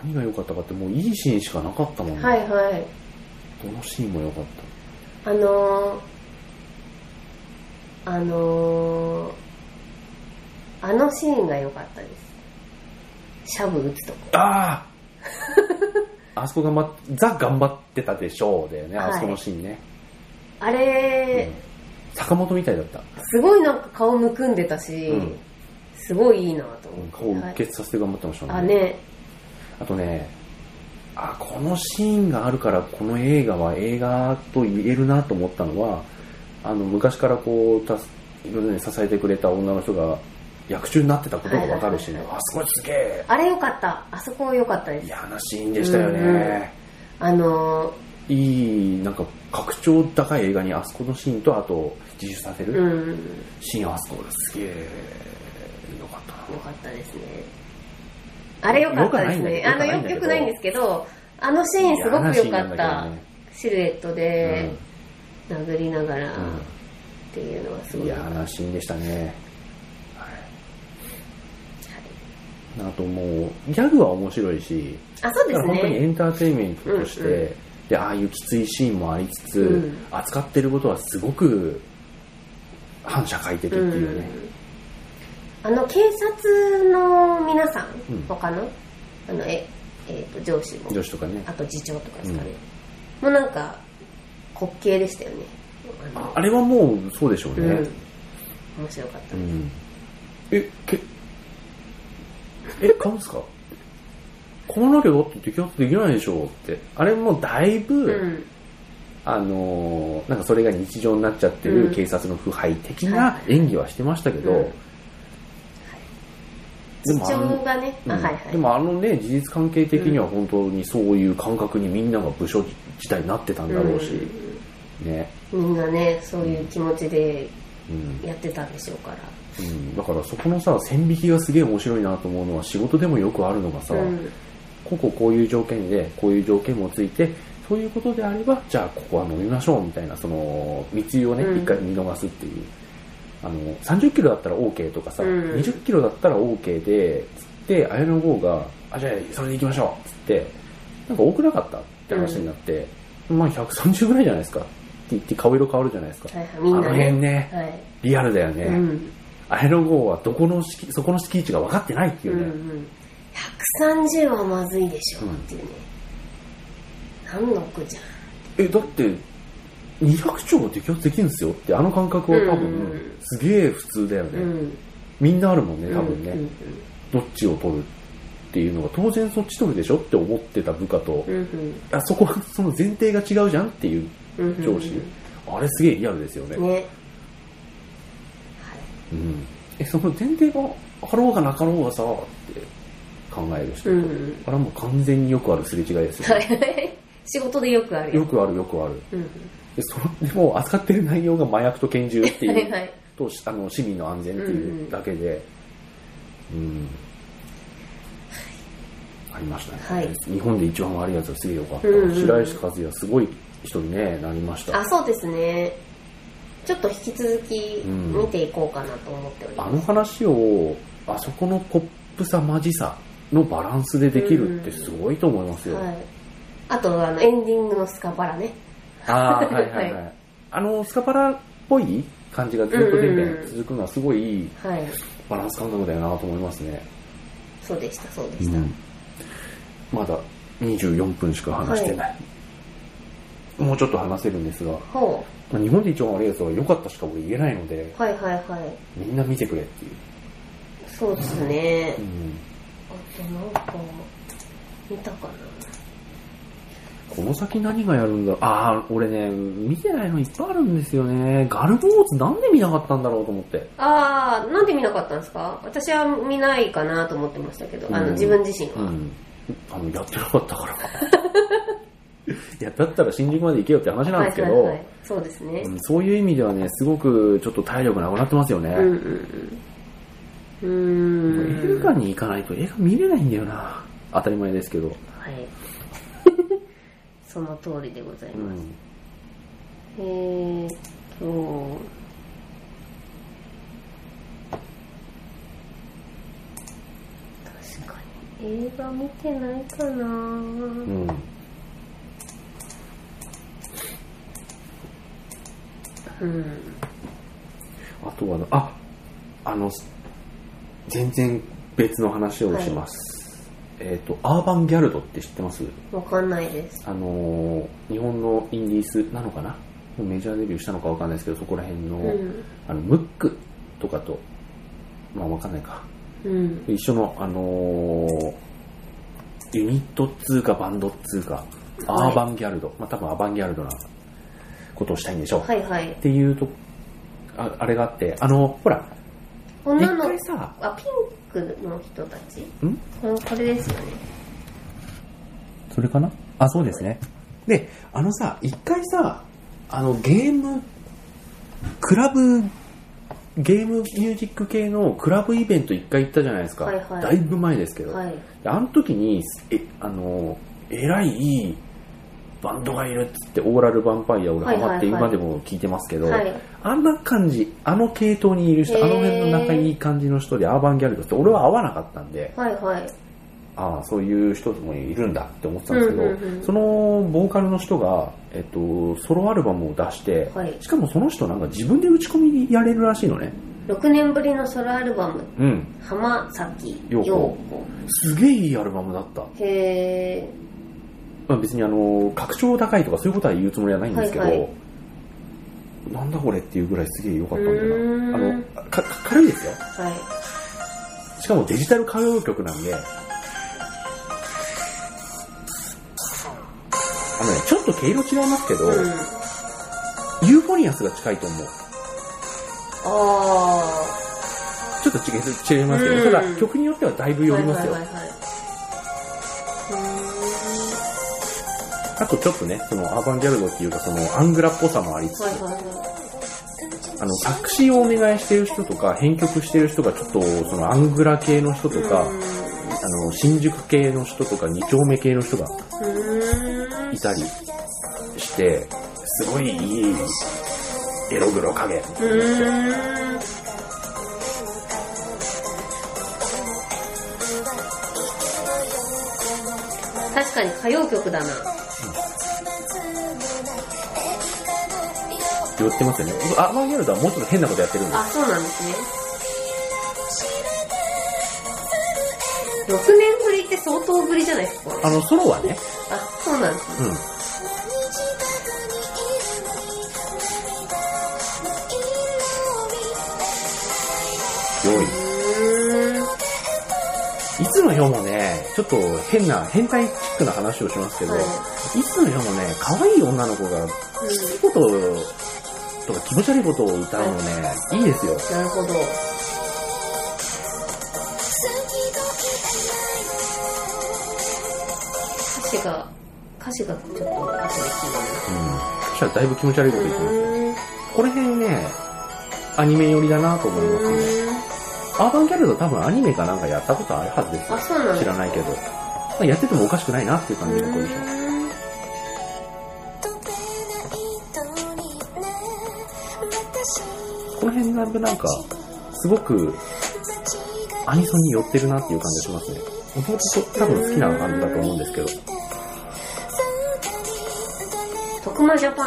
[SPEAKER 1] 何が良かったかってもういいシーンしかなかったもんね、
[SPEAKER 2] はいはい
[SPEAKER 1] どのシーンも良かっ
[SPEAKER 2] あのー、あのー、あのシーンが良かったですシャブ打つとこ
[SPEAKER 1] たあああそこ頑張っザ頑張ってたでしょうだよね、
[SPEAKER 2] はい
[SPEAKER 1] あそこのシーンね、
[SPEAKER 2] あれ
[SPEAKER 1] うん坂本みたいだった、
[SPEAKER 2] すごいなんか顔むくんでたし、
[SPEAKER 1] うん
[SPEAKER 2] すごいいいなと思
[SPEAKER 1] う
[SPEAKER 2] っ
[SPEAKER 1] ん、
[SPEAKER 2] て、
[SPEAKER 1] 顔を
[SPEAKER 2] は
[SPEAKER 1] 鬱
[SPEAKER 2] い
[SPEAKER 1] 血させて頑張ってました
[SPEAKER 2] あね
[SPEAKER 1] あとね、あ、このシーンがあるから、この映画は映画と言えるなと思ったのは、あの、昔からこう、たすいろいろね、支えてくれた女の人が役中になってたことがわかるしね
[SPEAKER 2] はいはいはい、はい
[SPEAKER 1] あ、すごいすげえ
[SPEAKER 2] あれ良かったあそこ良かったで
[SPEAKER 1] い
[SPEAKER 2] す
[SPEAKER 1] やなシーンでしたよね。
[SPEAKER 2] あの
[SPEAKER 1] いい、なんか、格調高い映画にあそこのシーンと、あと、自首させ
[SPEAKER 2] ーう
[SPEAKER 1] る
[SPEAKER 2] ん
[SPEAKER 1] シーン、あそこですげえ、よかったな。
[SPEAKER 2] 良かったですねあれ良かったですね
[SPEAKER 1] 良
[SPEAKER 2] あ
[SPEAKER 1] くな
[SPEAKER 2] の
[SPEAKER 1] いんだけど
[SPEAKER 2] よよくないんですけどあのシーンすごく良かった、シルエットで殴りながらっていうのはす
[SPEAKER 1] うん、
[SPEAKER 2] ご
[SPEAKER 1] い
[SPEAKER 2] い
[SPEAKER 1] や
[SPEAKER 2] 良かった
[SPEAKER 1] なシーンでしたね。あともう、ギャグは面白いし、
[SPEAKER 2] あそう
[SPEAKER 1] だ
[SPEAKER 2] で
[SPEAKER 1] から
[SPEAKER 2] す
[SPEAKER 1] 本当に
[SPEAKER 2] ね
[SPEAKER 1] エンターテインメントとして、
[SPEAKER 2] うんうん
[SPEAKER 1] で、ああいうきついシーンもありつつ、
[SPEAKER 2] うん
[SPEAKER 1] 扱ってることはすごく反社会的っていうね。
[SPEAKER 2] あの警察の皆さん、
[SPEAKER 1] うん
[SPEAKER 2] 他のあのえ、えーと上司も
[SPEAKER 1] 女子とかね。
[SPEAKER 2] あと次長とかですかね、もうなんか滑稽でしたよね
[SPEAKER 1] あ
[SPEAKER 2] あの
[SPEAKER 1] あれはもうそうでしょう
[SPEAKER 2] うん
[SPEAKER 1] ね。
[SPEAKER 2] 面白かった
[SPEAKER 1] う
[SPEAKER 2] ね、
[SPEAKER 1] んえ、け、え、買うんすか買わなきゃだって摘発できないでしょって。あれもだいぶ、
[SPEAKER 2] うん
[SPEAKER 1] あのーなんかそれが日常になっちゃってる
[SPEAKER 2] うん
[SPEAKER 1] 警察の腐敗的な演技はしてましたけど、
[SPEAKER 2] うんはい
[SPEAKER 1] で
[SPEAKER 2] 次
[SPEAKER 1] もあ
[SPEAKER 2] 長
[SPEAKER 1] の、
[SPEAKER 2] がね、
[SPEAKER 1] うん
[SPEAKER 2] あはいはい
[SPEAKER 1] でもあのね事実関係的には本当にそういう感覚にみんなが部署自体になってたんだろうし、ね、
[SPEAKER 2] うんみんなねそういう気持ちで
[SPEAKER 1] うん
[SPEAKER 2] やってたんでしょうから
[SPEAKER 1] うん、だからそこのさ線引きがすげえ面白いなと思うのは仕事でもよくあるのがさ、
[SPEAKER 2] うん
[SPEAKER 1] こここういう条件でこういう条件もついてそういうことであればじゃあここは飲みましょうみたいなその密輸をね一、
[SPEAKER 2] うん
[SPEAKER 1] 回見逃すっていうあの30キロだったら OK とかさ、
[SPEAKER 2] うん
[SPEAKER 1] 20キロだったら OK でつって綾野剛があじゃあそれで行きましょうっつってなんか多くなかったって話になって、まあ130ぐらいじゃないですかって言って顔色変わるじゃないですか、
[SPEAKER 2] はいはいみん
[SPEAKER 1] あの
[SPEAKER 2] な
[SPEAKER 1] 辺
[SPEAKER 2] ね
[SPEAKER 1] ね
[SPEAKER 2] はい
[SPEAKER 1] リアルだよ
[SPEAKER 2] う
[SPEAKER 1] ね
[SPEAKER 2] ん
[SPEAKER 1] 綾野剛はどこの敷そこの敷地が分かってないっていううんね、
[SPEAKER 2] うん130はまずいでし
[SPEAKER 1] う
[SPEAKER 2] ょ
[SPEAKER 1] ん
[SPEAKER 2] っていうね何の句じゃん
[SPEAKER 1] えだって200兆は適用できるんですよってあの感覚は多分、
[SPEAKER 2] うん
[SPEAKER 1] すげえ普通だよね、
[SPEAKER 2] うん
[SPEAKER 1] みんなあるもんね多分ね、
[SPEAKER 2] うん
[SPEAKER 1] どっちを取るっていうのが当然そっち取るでしょって思ってた部下と、
[SPEAKER 2] うんうん
[SPEAKER 1] あそこはその前提が違うじゃんっていう
[SPEAKER 2] うんうん
[SPEAKER 1] 上司、あれすげえリアルですよね、
[SPEAKER 2] ね
[SPEAKER 1] うん、えその前提があろうがなかろうがさって考える人と、
[SPEAKER 2] うんうん
[SPEAKER 1] あれはもう完全によくあるすれ違いですよ、
[SPEAKER 2] は
[SPEAKER 1] ね
[SPEAKER 2] い 仕事でよくある
[SPEAKER 1] よ
[SPEAKER 2] よ
[SPEAKER 1] くあるよくある
[SPEAKER 2] うんうん
[SPEAKER 1] でそのでも扱ってる内容が麻薬と拳銃ってい
[SPEAKER 2] は
[SPEAKER 1] う
[SPEAKER 2] いはい
[SPEAKER 1] とあの市民の安全っていうだけで、うんありましたね、
[SPEAKER 2] はい
[SPEAKER 1] 日本で一番悪いやつはすげえよかった、
[SPEAKER 2] うんうんうん
[SPEAKER 1] 白石和也すごい人に、ね、なりました
[SPEAKER 2] あそうですねちょっと引き続き見ていこうかなと思っており
[SPEAKER 1] あ
[SPEAKER 2] ま
[SPEAKER 1] の話をあそこのポップさマジさのバランスでできるってすごいと思います
[SPEAKER 2] す、
[SPEAKER 1] よ、
[SPEAKER 2] はい、あとあのエンディングのスカパラね
[SPEAKER 1] あーはいはいはい、
[SPEAKER 2] は
[SPEAKER 1] あのスカパラっぽい感じがずっと現
[SPEAKER 2] うんうんう
[SPEAKER 1] 代
[SPEAKER 2] ん
[SPEAKER 1] 続くのはすごいいい
[SPEAKER 2] はい
[SPEAKER 1] バランス感覚だよなと思いますね、
[SPEAKER 2] そうでしたそうでした、
[SPEAKER 1] まだ24分しか話してない、もうちょっと話せるんですが
[SPEAKER 2] ほ
[SPEAKER 1] まあ日本で一番悪いやつは良かったしか俺言えないので
[SPEAKER 2] うはいはいはい
[SPEAKER 1] みんな見てくれっていう、
[SPEAKER 2] そうですね
[SPEAKER 1] うん
[SPEAKER 2] あとなんか見たかな
[SPEAKER 1] この先何がやるんだろうああ俺ね見てないのいっぱいあるんですよねガルボーズなんで見なかったんだろうと思って
[SPEAKER 2] ああなんで見なかったんですか私は見ないかなと思ってましたけど、あ
[SPEAKER 1] うん
[SPEAKER 2] の自分自身
[SPEAKER 1] う
[SPEAKER 2] は、
[SPEAKER 1] んあのやってなかったから いやだったら新宿まで行けよって話なん
[SPEAKER 2] は
[SPEAKER 1] で
[SPEAKER 2] い
[SPEAKER 1] すけ
[SPEAKER 2] は
[SPEAKER 1] ど、
[SPEAKER 2] いはいそうですね、
[SPEAKER 1] うんそういう意味ではねすごくちょっと体力なくなってますよね、
[SPEAKER 2] うんうんうんうーん
[SPEAKER 1] 映画に行かないと映画見れないんだよな当たり前ですけ ど、
[SPEAKER 2] はいその通りでございます、えーっと、確かに映画見てないか
[SPEAKER 1] う
[SPEAKER 2] な、
[SPEAKER 1] ん
[SPEAKER 2] うん。
[SPEAKER 1] あとはなああの全然別の話をします、えっ、とアーバンギャルドって知ってます
[SPEAKER 2] わかんないです。
[SPEAKER 1] あのー日本のインディースなのかなメジャーデビューしたのかわかんないですけどそこら辺の,、
[SPEAKER 2] うん。
[SPEAKER 1] あのムックとかとまあわかんないか
[SPEAKER 2] うん。
[SPEAKER 1] 一緒のあのーユニットっつうかバンドっつうかアーバンギャルド、まあ多分アバンギャルドなことをしたいんでしょう、
[SPEAKER 2] はいはい
[SPEAKER 1] っ。ていうとああれがあってあのほら
[SPEAKER 2] 女
[SPEAKER 1] 一
[SPEAKER 2] の
[SPEAKER 1] 回、さ
[SPEAKER 2] あ、ピンクの人たち
[SPEAKER 1] ん
[SPEAKER 2] これこれですよね。
[SPEAKER 1] それかなあそうですねであのさ一回さあのゲームクラブゲームミュージック系のクラブイベント一回行ったじゃないですか、
[SPEAKER 2] はいはい
[SPEAKER 1] だいぶ前ですけど、
[SPEAKER 2] はい。
[SPEAKER 1] であの時にえあのえらいいいバンドがいるっつってオーラルヴァンパイア俺ハマって
[SPEAKER 2] はいはいは
[SPEAKER 1] 今
[SPEAKER 2] い
[SPEAKER 1] でも聞いてますけど、
[SPEAKER 2] はい。
[SPEAKER 1] あんな感じあの系統にいる人
[SPEAKER 2] へー
[SPEAKER 1] あの辺の仲いい感じの人でアーバンギャルドって俺は合わなかったんで
[SPEAKER 2] はいはい。
[SPEAKER 1] ああそういう人もいるんだって思ってたんですけど、
[SPEAKER 2] うんうんうん
[SPEAKER 1] そのボーカルの人が、えっと、ソロアルバムを出して、
[SPEAKER 2] はい
[SPEAKER 1] しかもその人なんか自分で打ち込みやれるらしいのね
[SPEAKER 2] 6年ぶりのソロアルバム、
[SPEAKER 1] うん
[SPEAKER 2] 浜崎
[SPEAKER 1] 陽
[SPEAKER 2] 陽
[SPEAKER 1] 子
[SPEAKER 2] 子。
[SPEAKER 1] すげえいいアルバムだった、
[SPEAKER 2] へえ。
[SPEAKER 1] まあ、別にあの拡張高いとかそういうことは言うつもりはないんですけど、
[SPEAKER 2] はいは
[SPEAKER 1] なんだこれっていうぐらいすげえ良かったんだよなあ
[SPEAKER 2] うーん
[SPEAKER 1] のかか軽いですよ
[SPEAKER 2] はい。
[SPEAKER 1] しかもデジタル歌謡曲なんで、あのね、ちょっと毛色違いますけど、
[SPEAKER 2] うん。
[SPEAKER 1] ユーフォニアスが近いと思う。
[SPEAKER 2] あ
[SPEAKER 1] ちょっと違い違いますけど、
[SPEAKER 2] うん
[SPEAKER 1] ただ曲によってはだいぶ
[SPEAKER 2] あ。
[SPEAKER 1] 寄りますよ。
[SPEAKER 2] はいはいはいはい。
[SPEAKER 1] あとちょっとね、そのアーバンギャルドっていうか、そのアングラっぽさもありつつ、
[SPEAKER 2] うーんはいはいは
[SPEAKER 1] あの、作詞をお願いしてる人とか、編曲してる人がちょっと、そのアングラ系の人と
[SPEAKER 2] い。
[SPEAKER 1] か、あの、新宿系の人とか、二丁目系の人が
[SPEAKER 2] うーん。
[SPEAKER 1] いたりして、すごいいい、エログロ影。
[SPEAKER 2] うーん。確かに歌謡曲だな。
[SPEAKER 1] 寄ってますよね。アーバンギャルドはもうちょっと変なことやってるんです
[SPEAKER 2] あ、そうなんですね。6年ぶりって相当ぶりじゃないですか。
[SPEAKER 1] あの、ソロはね、
[SPEAKER 2] あ、そうなんですね。
[SPEAKER 1] うん。良い。
[SPEAKER 2] うーん。
[SPEAKER 1] いつの世もね、ちょっと変な、変態チックな話をしますけど、、
[SPEAKER 2] はい
[SPEAKER 1] つの世もね、可愛い女の子が、きついこととか気持ち悪いことを歌うのね、いいですよ。
[SPEAKER 2] なるほど。歌詞が、歌詞がちょっと後で気になる
[SPEAKER 1] うん。そしたらだいぶ気持ち悪いこと言ってますね。この辺ね、アニメ寄りだなと思いますね。アーバンギャルド多分アニメかなんかやったことあるはずですよ
[SPEAKER 2] あ、。そうなん
[SPEAKER 1] 知らないけど。まあやっててもおかしくないなっていう感じの子でしょ。この辺なんか、なんか、すごく、アニソンに寄ってるなっていう感じがしますね。もともと多分好きな感じだと思うんですけど。
[SPEAKER 2] 徳間ジャパ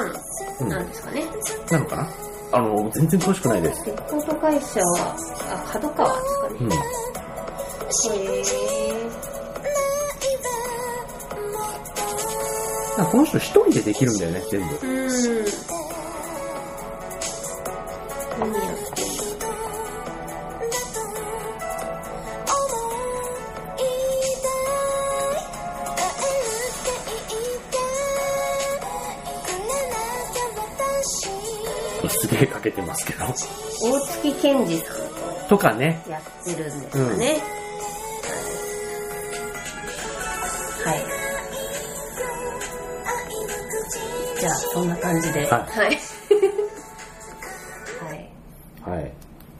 [SPEAKER 1] うん
[SPEAKER 2] ンなんですかね。
[SPEAKER 1] なのかなあの、全然詳しくないです。
[SPEAKER 2] 鉄鋼と会社は、あ、角川ですかね。
[SPEAKER 1] うん。
[SPEAKER 2] へー
[SPEAKER 1] なんかこの人一人でできるんだよね、全部。
[SPEAKER 2] うん。何やってんの
[SPEAKER 1] すげえかけてますけど。
[SPEAKER 2] 大月健二さ ん
[SPEAKER 1] とかね。
[SPEAKER 2] やってるんですかね。はい。じゃあ、そんな感じ
[SPEAKER 1] は
[SPEAKER 2] で。
[SPEAKER 1] い
[SPEAKER 2] はい。は
[SPEAKER 1] は
[SPEAKER 2] い。
[SPEAKER 1] い。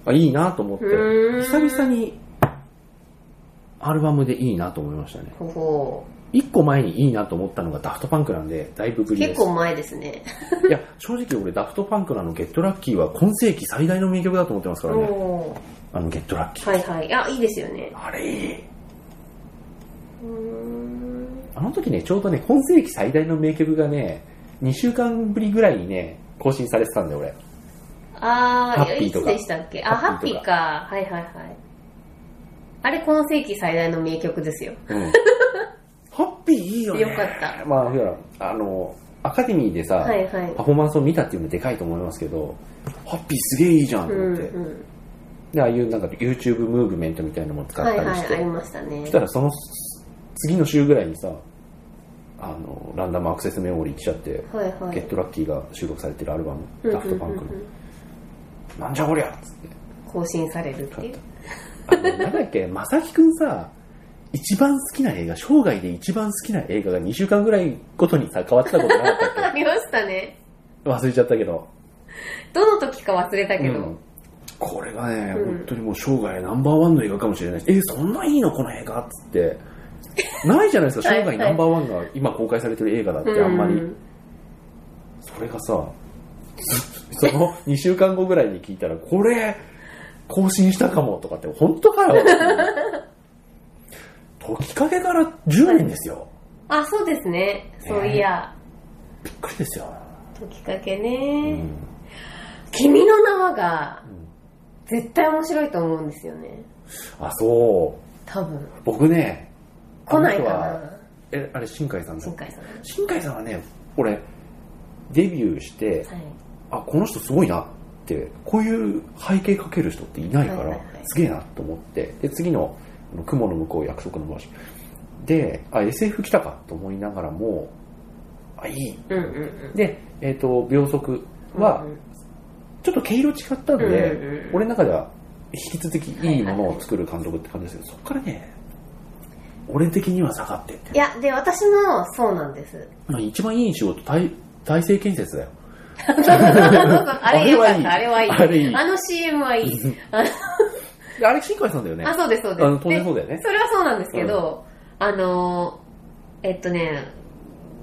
[SPEAKER 1] あ、いいなと思って。
[SPEAKER 2] うーん
[SPEAKER 1] 久々に、アルバムでいいなと思いましたね。
[SPEAKER 2] ほほう。
[SPEAKER 1] 一個前にいいなと思ったのがダフトパンクなんで、だいぶぶりで
[SPEAKER 2] 結
[SPEAKER 1] す。
[SPEAKER 2] 構前ですね。
[SPEAKER 1] いや、正直俺ダフトパンクのあのゲットラッキーは今世紀最大の名曲だと思ってますからね。
[SPEAKER 2] おー
[SPEAKER 1] あのゲットラッキー。
[SPEAKER 2] はいはい。あ、いいですよね。
[SPEAKER 1] あれいいう
[SPEAKER 2] ーん。
[SPEAKER 1] あの時ね、ちょうどね、今世紀最大の名曲がね、2週間ぶりぐらいにね、更新されてたんで俺。
[SPEAKER 2] あ
[SPEAKER 1] ハ
[SPEAKER 2] ー、
[SPEAKER 1] ッピー
[SPEAKER 2] い
[SPEAKER 1] と
[SPEAKER 2] つ
[SPEAKER 1] か
[SPEAKER 2] でしたっけあ、ハ
[SPEAKER 1] ハッ
[SPEAKER 2] ッ
[SPEAKER 1] ピ
[SPEAKER 2] ピ
[SPEAKER 1] ー
[SPEAKER 2] ーか。はいはいはい。あれ、今世紀最大の名曲ですよ。
[SPEAKER 1] うん。ハッピーいいよね。
[SPEAKER 2] よかった。
[SPEAKER 1] まあ、ほら、あの、アカデミーでさ、
[SPEAKER 2] はいはい
[SPEAKER 1] パ。フォーマンスを見たっていうのでかいと思いますけど、ハッピーすげえいいじゃん
[SPEAKER 2] う
[SPEAKER 1] と
[SPEAKER 2] ん
[SPEAKER 1] 思
[SPEAKER 2] う
[SPEAKER 1] って。
[SPEAKER 2] ん。
[SPEAKER 1] で、ああいうなんか YouTube ムーブメントみたいなのも使っ
[SPEAKER 2] はい
[SPEAKER 1] たり
[SPEAKER 2] は
[SPEAKER 1] して、
[SPEAKER 2] い、ありましたね
[SPEAKER 1] そし。たらその次の週ぐらいにさ、あの、ランダムアクセスメモリー来ちゃって、
[SPEAKER 2] はいは
[SPEAKER 1] ゲ
[SPEAKER 2] い
[SPEAKER 1] ッ。トラッキーが収録されてるアルバム、
[SPEAKER 2] うん
[SPEAKER 1] ダフトパンク
[SPEAKER 2] うんうんうん
[SPEAKER 1] の、なんじゃこりゃっつって。
[SPEAKER 2] 更新されるっていう。
[SPEAKER 1] あのなんだっけ、まさきくんさ、一番好きな映画、生涯で一番好きな映画が2週間ぐらいごとにさ、変わってたことなかったっ
[SPEAKER 2] ありましたね。
[SPEAKER 1] け忘れちゃったけど。
[SPEAKER 2] どの時か忘れたけ
[SPEAKER 1] う
[SPEAKER 2] ど
[SPEAKER 1] ん。これがね、
[SPEAKER 2] うん
[SPEAKER 1] 本当にもう生涯ナンバーワンの映画かもしれないし、え、そんないいのこの映画っつって。ないじゃないですか、
[SPEAKER 2] はい
[SPEAKER 1] 生涯ナンバーワンが今公開されてる映画だってあんまり。
[SPEAKER 2] うん
[SPEAKER 1] それがさ、その2週間後ぐらいに聞いたら、これ、更新したかもとかって、本当かよ時かけから10年ですよ。
[SPEAKER 2] あ、そうですね。そういや、
[SPEAKER 1] びっくりですよ。
[SPEAKER 2] 時かけ
[SPEAKER 1] う
[SPEAKER 2] ね。
[SPEAKER 1] ん
[SPEAKER 2] 君の名はが
[SPEAKER 1] ん、
[SPEAKER 2] 絶対面白いと思うんですよね。
[SPEAKER 1] あ、そう。
[SPEAKER 2] 多分。
[SPEAKER 1] 僕ね、
[SPEAKER 2] 来ない
[SPEAKER 1] あの
[SPEAKER 2] か
[SPEAKER 1] 人は
[SPEAKER 2] な、
[SPEAKER 1] え、あれ、新海さんだ
[SPEAKER 2] 新。海さん。は
[SPEAKER 1] 新海さんはね、俺、デビューして、
[SPEAKER 2] い。
[SPEAKER 1] あ、この人すごいなって、こういう背景かける人っていないか
[SPEAKER 2] はいは
[SPEAKER 1] ら
[SPEAKER 2] いはい、
[SPEAKER 1] すげえなと思って、で、次の、あの雲の向こう約束の場所。で、あ、SF 来たかと思いながらも、あ、いい。
[SPEAKER 2] うんうんうん。
[SPEAKER 1] で、えっ、と、秒速は
[SPEAKER 2] う、ん
[SPEAKER 1] ちょっと毛色違ったんで、
[SPEAKER 2] うんうんうん
[SPEAKER 1] 俺の中では引き続きいいものを作る監督って感じですけど、そっからね、俺的には下がってって
[SPEAKER 2] い。や、で、私もそうなんです。
[SPEAKER 1] 一番いい仕事、体体制建設だ よ。
[SPEAKER 2] あれよかった、
[SPEAKER 1] あ
[SPEAKER 2] あ
[SPEAKER 1] れ
[SPEAKER 2] れ
[SPEAKER 1] は
[SPEAKER 2] はいい
[SPEAKER 1] い
[SPEAKER 2] い。
[SPEAKER 1] あれいい
[SPEAKER 2] あの CM はいい。
[SPEAKER 1] であれ、新海さんだよね。
[SPEAKER 2] あ、そうです、そうで
[SPEAKER 1] あの
[SPEAKER 2] す。
[SPEAKER 1] 当然そうだよね
[SPEAKER 2] でそれはそうなんですけど、あのー、えっとね、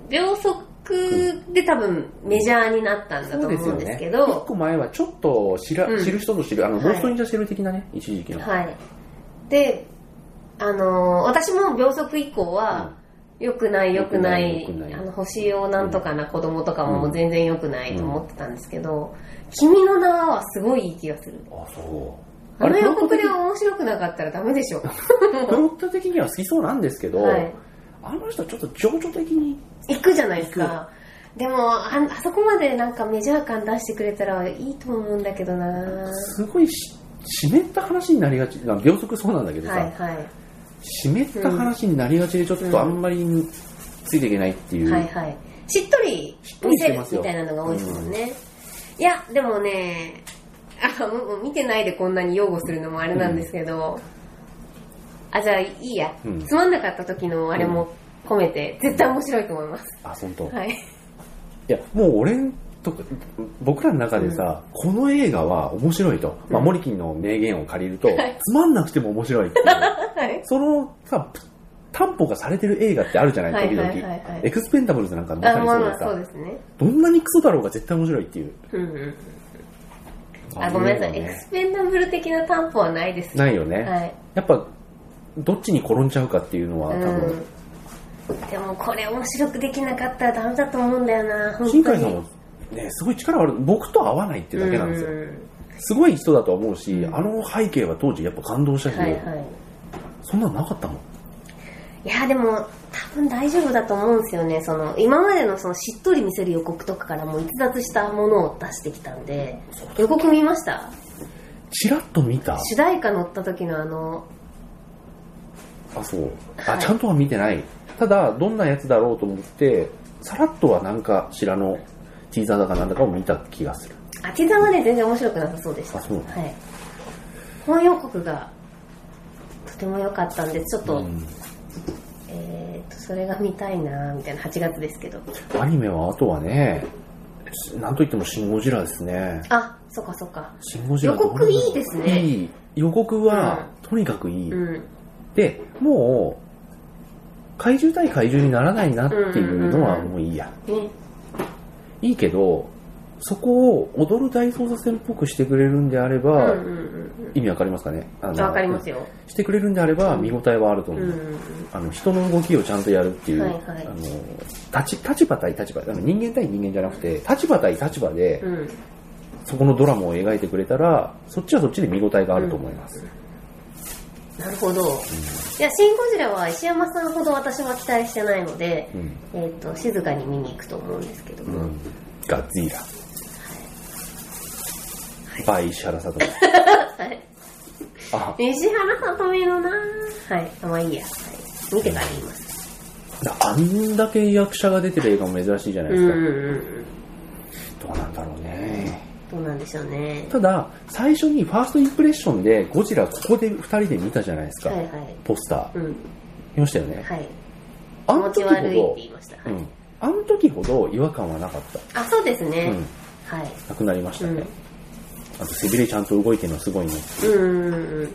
[SPEAKER 2] 秒速で多分メジャーになったんだと
[SPEAKER 1] そうですよ
[SPEAKER 2] 思うんです
[SPEAKER 1] ね。
[SPEAKER 2] け
[SPEAKER 1] 一
[SPEAKER 2] ど、
[SPEAKER 1] 個前はちょっと知ら、
[SPEAKER 2] うん
[SPEAKER 1] 知る人ぞ知る、あの、
[SPEAKER 2] はい
[SPEAKER 1] ゴーストインザシェル的なね、一時期の。
[SPEAKER 2] はい。で、あのー、私も秒速以降は、良くない良くない
[SPEAKER 1] 良くない良くない
[SPEAKER 2] あの星をなんとかな子供とか
[SPEAKER 1] う
[SPEAKER 2] も
[SPEAKER 1] ん
[SPEAKER 2] 全然良くないと思ってたんですけど、君の名はすごいいい気がする
[SPEAKER 1] うんあ、そう。
[SPEAKER 2] あの予告
[SPEAKER 1] プロット的
[SPEAKER 2] で面白くなかったらダメでしょ
[SPEAKER 1] プロット的には好きそうなんですけど、
[SPEAKER 2] はい
[SPEAKER 1] あの人ちょっと情緒的に、
[SPEAKER 2] 行くじゃないですかでもああそこまでなんかメジャー感出してくれたらいいと思うんだけどな
[SPEAKER 1] すごいし湿った話になりがち、なんか秒速そうなんだけどさ、
[SPEAKER 2] はいはい
[SPEAKER 1] 湿った話になりがちでちょっとあんまりついていけないっていう。
[SPEAKER 2] はいはい。しっとり
[SPEAKER 1] しっとり
[SPEAKER 2] 見
[SPEAKER 1] して
[SPEAKER 2] せ
[SPEAKER 1] ま
[SPEAKER 2] る
[SPEAKER 1] すよ
[SPEAKER 2] みたいなのが多いですもんね。いや、でもね、あもうもう見てないでこんなに擁護するのもあれなんですけど、あ、じゃあいいや、
[SPEAKER 1] うん
[SPEAKER 2] つまんなかった時のあれも込めて、絶対面白いと思います。
[SPEAKER 1] あ、本当。い、
[SPEAKER 2] はい。
[SPEAKER 1] や、もう俺んとか、僕らの中でさ、この映画は面白いと、まあ、
[SPEAKER 2] うん
[SPEAKER 1] モリキンの名言を借りると、
[SPEAKER 2] はい
[SPEAKER 1] つまんなくても面白いっていう。
[SPEAKER 2] はい。
[SPEAKER 1] そのさ、担保がされてる映画ってあるじゃな、
[SPEAKER 2] はいい
[SPEAKER 1] 時々。
[SPEAKER 2] はいはいはい
[SPEAKER 1] エクスペンダブルズなんかま
[SPEAKER 2] あ
[SPEAKER 1] さに
[SPEAKER 2] ま
[SPEAKER 1] そ
[SPEAKER 2] あ
[SPEAKER 1] う
[SPEAKER 2] ま
[SPEAKER 1] で
[SPEAKER 2] あ、
[SPEAKER 1] さ
[SPEAKER 2] そう、ですね。
[SPEAKER 1] どんなにクソだろうが絶対面白いっていう。
[SPEAKER 2] うんうん。あ、ごめんなさい。エ
[SPEAKER 1] ああうのは
[SPEAKER 2] ク
[SPEAKER 1] ね
[SPEAKER 2] スペンダブル的な担保はないです。
[SPEAKER 1] ないよね。
[SPEAKER 2] はい。
[SPEAKER 1] やっぱ、どっちに転んじゃうかっていうのは、多分、
[SPEAKER 2] うん。でもこれ面白くできなかったらダメだと思うんだよな、本当に。
[SPEAKER 1] 新海さんはね、すごい力はある。僕と合わないってだけなんですよ。すごい人だとは思うし、あの背景は当時やっぱ感動した
[SPEAKER 2] う
[SPEAKER 1] し、
[SPEAKER 2] んはいはい。
[SPEAKER 1] そんなのなかったもん。
[SPEAKER 2] いやでも多分大丈夫だと思うんですよねその今までのそのしっとり見せる予告とかからもう逸脱したものを出してきたんで予告見ました
[SPEAKER 1] チラッと見た。
[SPEAKER 2] 主題歌乗った時のあの
[SPEAKER 1] あ、そう。
[SPEAKER 2] は
[SPEAKER 1] あ、
[SPEAKER 2] い
[SPEAKER 1] ちゃんとは見てない。ただ、どんなやつだろうと思って、さらっとはなんか、しらのティーザーだかなんだかを見た気がする。
[SPEAKER 2] あティザーはね全然面白くなさそうでした
[SPEAKER 1] あそう
[SPEAKER 2] はい本予告がとても良かったんでちょっと、
[SPEAKER 1] うん
[SPEAKER 2] えー、とそれが見たいなみたいな8月ですけど
[SPEAKER 1] アニメはあとはね、しなんといってもシン・ゴジラですね。
[SPEAKER 2] あそっかそっか
[SPEAKER 1] シン・ゴジラ
[SPEAKER 2] 予告いいですね
[SPEAKER 1] いい。予告は、とにかくいい。
[SPEAKER 2] うん
[SPEAKER 1] で、もう、怪獣対怪獣にならないなっていうのはもういいや。
[SPEAKER 2] ね
[SPEAKER 1] いいけど、そこを踊る大捜査線っぽくしてくれるんであれ
[SPEAKER 2] うん
[SPEAKER 1] ば、
[SPEAKER 2] うんうん
[SPEAKER 1] 意味わかりますかねあ
[SPEAKER 2] うんわかりますよ
[SPEAKER 1] してくれるんであれば
[SPEAKER 2] うん
[SPEAKER 1] 見応えはあると
[SPEAKER 2] うん
[SPEAKER 1] 思う。
[SPEAKER 2] うん
[SPEAKER 1] あの人の動きをちゃんとやるっていう、
[SPEAKER 2] はいはい
[SPEAKER 1] あの立ち立場対立場あの人間対人間じゃなくて立場対立場で
[SPEAKER 2] うん
[SPEAKER 1] そこのドラマを描いてくれたらそっちはそっちで見応えがあると思います、
[SPEAKER 2] なるほどいや「シン・ゴジラ」は石山さんほど私は期待してないので、
[SPEAKER 1] うん
[SPEAKER 2] えー、と静かに見に行くと思うんですけど
[SPEAKER 1] う
[SPEAKER 2] も、
[SPEAKER 1] ん、ガッツイラ、バイ石原さとみ
[SPEAKER 2] はい
[SPEAKER 1] あ
[SPEAKER 2] 石原さとみのなはいあまあいいや、はい、見てから言います
[SPEAKER 1] あんだけ役者が出てる映画も珍しいじゃないうで
[SPEAKER 2] ん
[SPEAKER 1] す
[SPEAKER 2] う
[SPEAKER 1] か、
[SPEAKER 2] んうん
[SPEAKER 1] どうなんだろうね
[SPEAKER 2] どうなんでしょうね
[SPEAKER 1] ただ最初にファーストインプレッションでゴジラここで2人で見たじゃないですか、
[SPEAKER 2] はいはい
[SPEAKER 1] ポスター
[SPEAKER 2] うん
[SPEAKER 1] 見ましたよね、
[SPEAKER 2] はい
[SPEAKER 1] あ
[SPEAKER 2] 気
[SPEAKER 1] の
[SPEAKER 2] 持ち
[SPEAKER 1] 時ほ
[SPEAKER 2] 悪いって
[SPEAKER 1] ど
[SPEAKER 2] 言いました、
[SPEAKER 1] う
[SPEAKER 2] はい
[SPEAKER 1] ん、あの時ほど違和感はなかった、
[SPEAKER 2] あそうですね、
[SPEAKER 1] うん、
[SPEAKER 2] はい
[SPEAKER 1] なくなりまし
[SPEAKER 2] う
[SPEAKER 1] た
[SPEAKER 2] ん
[SPEAKER 1] ね、あと背びれちゃんと動いてるのすごいね、
[SPEAKER 2] うんうんうん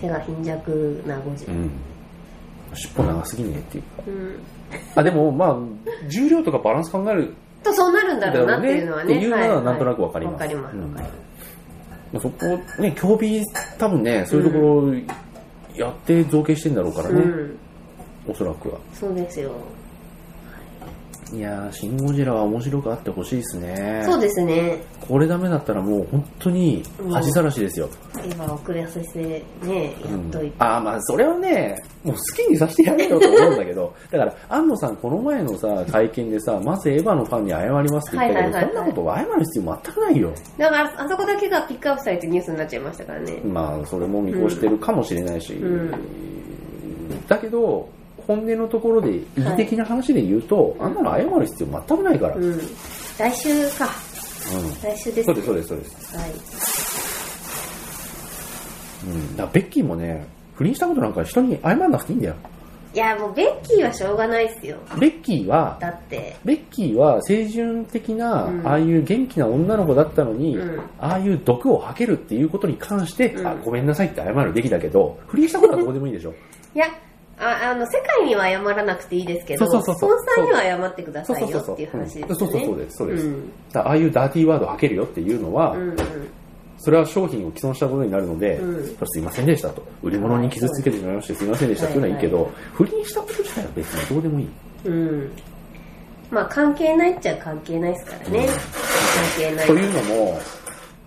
[SPEAKER 2] 手が貧弱なゴジ
[SPEAKER 1] う
[SPEAKER 2] ラ
[SPEAKER 1] ん、尻尾長すぎねっていうか
[SPEAKER 2] うん
[SPEAKER 1] あでもまあ重量とかバランス考える、
[SPEAKER 2] とそうなるんだろうなっていうの
[SPEAKER 1] だろうね
[SPEAKER 2] はね
[SPEAKER 1] っていうのはなんとなくわかります
[SPEAKER 2] わかります
[SPEAKER 1] うん
[SPEAKER 2] わかりま
[SPEAKER 1] まあ、そこね競技多分ねそういうところやって造形してんだろうから
[SPEAKER 2] す
[SPEAKER 1] ね、
[SPEAKER 2] うん
[SPEAKER 1] おそらくは
[SPEAKER 2] そうですよ
[SPEAKER 1] いやー「シン・ゴジラ」は面白くあってほしいですね
[SPEAKER 2] そうですね
[SPEAKER 1] これダメだったらもう本当に恥さらしですよ、
[SPEAKER 2] 今遅れさせてねやっといて、
[SPEAKER 1] ああまあそれはねもう好きにさせてやれよと思うんだけどだから安野さんこの前のさ会見でさまずエヴァのファンに謝りますって言ったけど、
[SPEAKER 2] はいはいはいはい
[SPEAKER 1] そんなこと謝る必要全くないよ
[SPEAKER 2] だからあそこだけがピックアップされてニュースになっちゃいましたからね
[SPEAKER 1] まあそれも見越してるかもしれないし、
[SPEAKER 2] うん
[SPEAKER 1] だけど本音のところで意義的な話で言うと、
[SPEAKER 2] は
[SPEAKER 1] あ
[SPEAKER 2] い
[SPEAKER 1] んなの謝る必要全くないから、うん
[SPEAKER 2] うん来週か来週です
[SPEAKER 1] そうですそうですそうです、
[SPEAKER 2] はい
[SPEAKER 1] うん、だからベッキーもね不倫したことなんか人に謝んなくていいんだよ
[SPEAKER 2] いやもうベッキーはしょうがないですよ
[SPEAKER 1] ベッキーは
[SPEAKER 2] だって
[SPEAKER 1] ベッキーは青春的な、
[SPEAKER 2] うん
[SPEAKER 1] ああいう元気な女の子だったのに、
[SPEAKER 2] うん
[SPEAKER 1] ああいう毒を吐けるっていうことに関して、
[SPEAKER 2] うん
[SPEAKER 1] あごめんなさいって謝るべきだけど、不倫したことはどこでもいい でしょ。
[SPEAKER 2] いやああの世界には謝らなくていいですけど
[SPEAKER 1] そうそうそうそう
[SPEAKER 2] スポンサーには謝ってくだ
[SPEAKER 1] そうそ
[SPEAKER 2] さいうよ
[SPEAKER 1] そうそう。
[SPEAKER 2] っていう話ですよ
[SPEAKER 1] うんそ
[SPEAKER 2] ね
[SPEAKER 1] うそうそうです、そうです。
[SPEAKER 2] ん
[SPEAKER 1] だからああいうダーティーワード吐けるよっていうのは、
[SPEAKER 2] うんうん
[SPEAKER 1] それは商品を既存したことになるので、
[SPEAKER 2] うん
[SPEAKER 1] それすいませんでしたと。売り物に傷つけてしまいましてすいませんでしたっていうのはいいけど、不倫したこと自体は別にどうでもいい。
[SPEAKER 2] うん。まあ関係ないっちゃ関係ないですからね。関係ない。
[SPEAKER 1] というのも、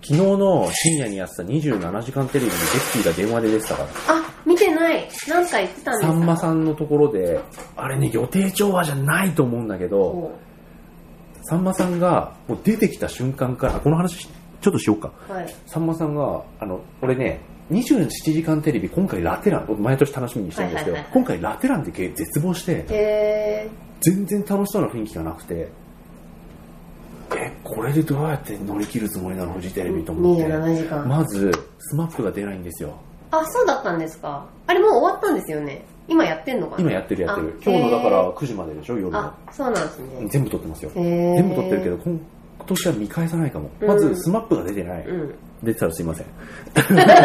[SPEAKER 1] 昨日の深夜にやってた27時間テレビにベッキーが電話で出てたから。
[SPEAKER 2] あ、見てない。なんか言ってたん
[SPEAKER 1] さ
[SPEAKER 2] ですか
[SPEAKER 1] んまさんのところで、あれね、予定調和じゃないと思うんだけど、
[SPEAKER 2] おう
[SPEAKER 1] さんまさんが、もう出てきた瞬間から、あこの話、ちょっとしようか。
[SPEAKER 2] はい。
[SPEAKER 1] さんまさんが、あの、俺ね、27時間テレビ、今回ラテラン、僕毎年楽しみにしてるんですけど
[SPEAKER 2] はいはいは、い
[SPEAKER 1] 今回ラテランで絶望して、
[SPEAKER 2] へ
[SPEAKER 1] 全然楽しそうな雰囲気がなくて、え、これでどうやって乗り切るつもりなの、フジテレビと
[SPEAKER 2] ー。
[SPEAKER 1] 思って。
[SPEAKER 2] 27時間。
[SPEAKER 1] まず、スマップが出ないんですよ。
[SPEAKER 2] あ、そうだったんですか。あれもう終わったんですよね。今やってんのかな
[SPEAKER 1] 今やってるやってる
[SPEAKER 2] あ。
[SPEAKER 1] 今日のだか
[SPEAKER 2] へ
[SPEAKER 1] ら
[SPEAKER 2] ー
[SPEAKER 1] 9時まででしょ、夜の
[SPEAKER 2] あ。、そうなんですね。
[SPEAKER 1] 全部撮ってますよ。
[SPEAKER 2] へー
[SPEAKER 1] 全部撮ってるけど、今今年は見返さないかも。
[SPEAKER 2] うん
[SPEAKER 1] まず、スマップが出てない。
[SPEAKER 2] うん。
[SPEAKER 1] 出てたらすい ません。い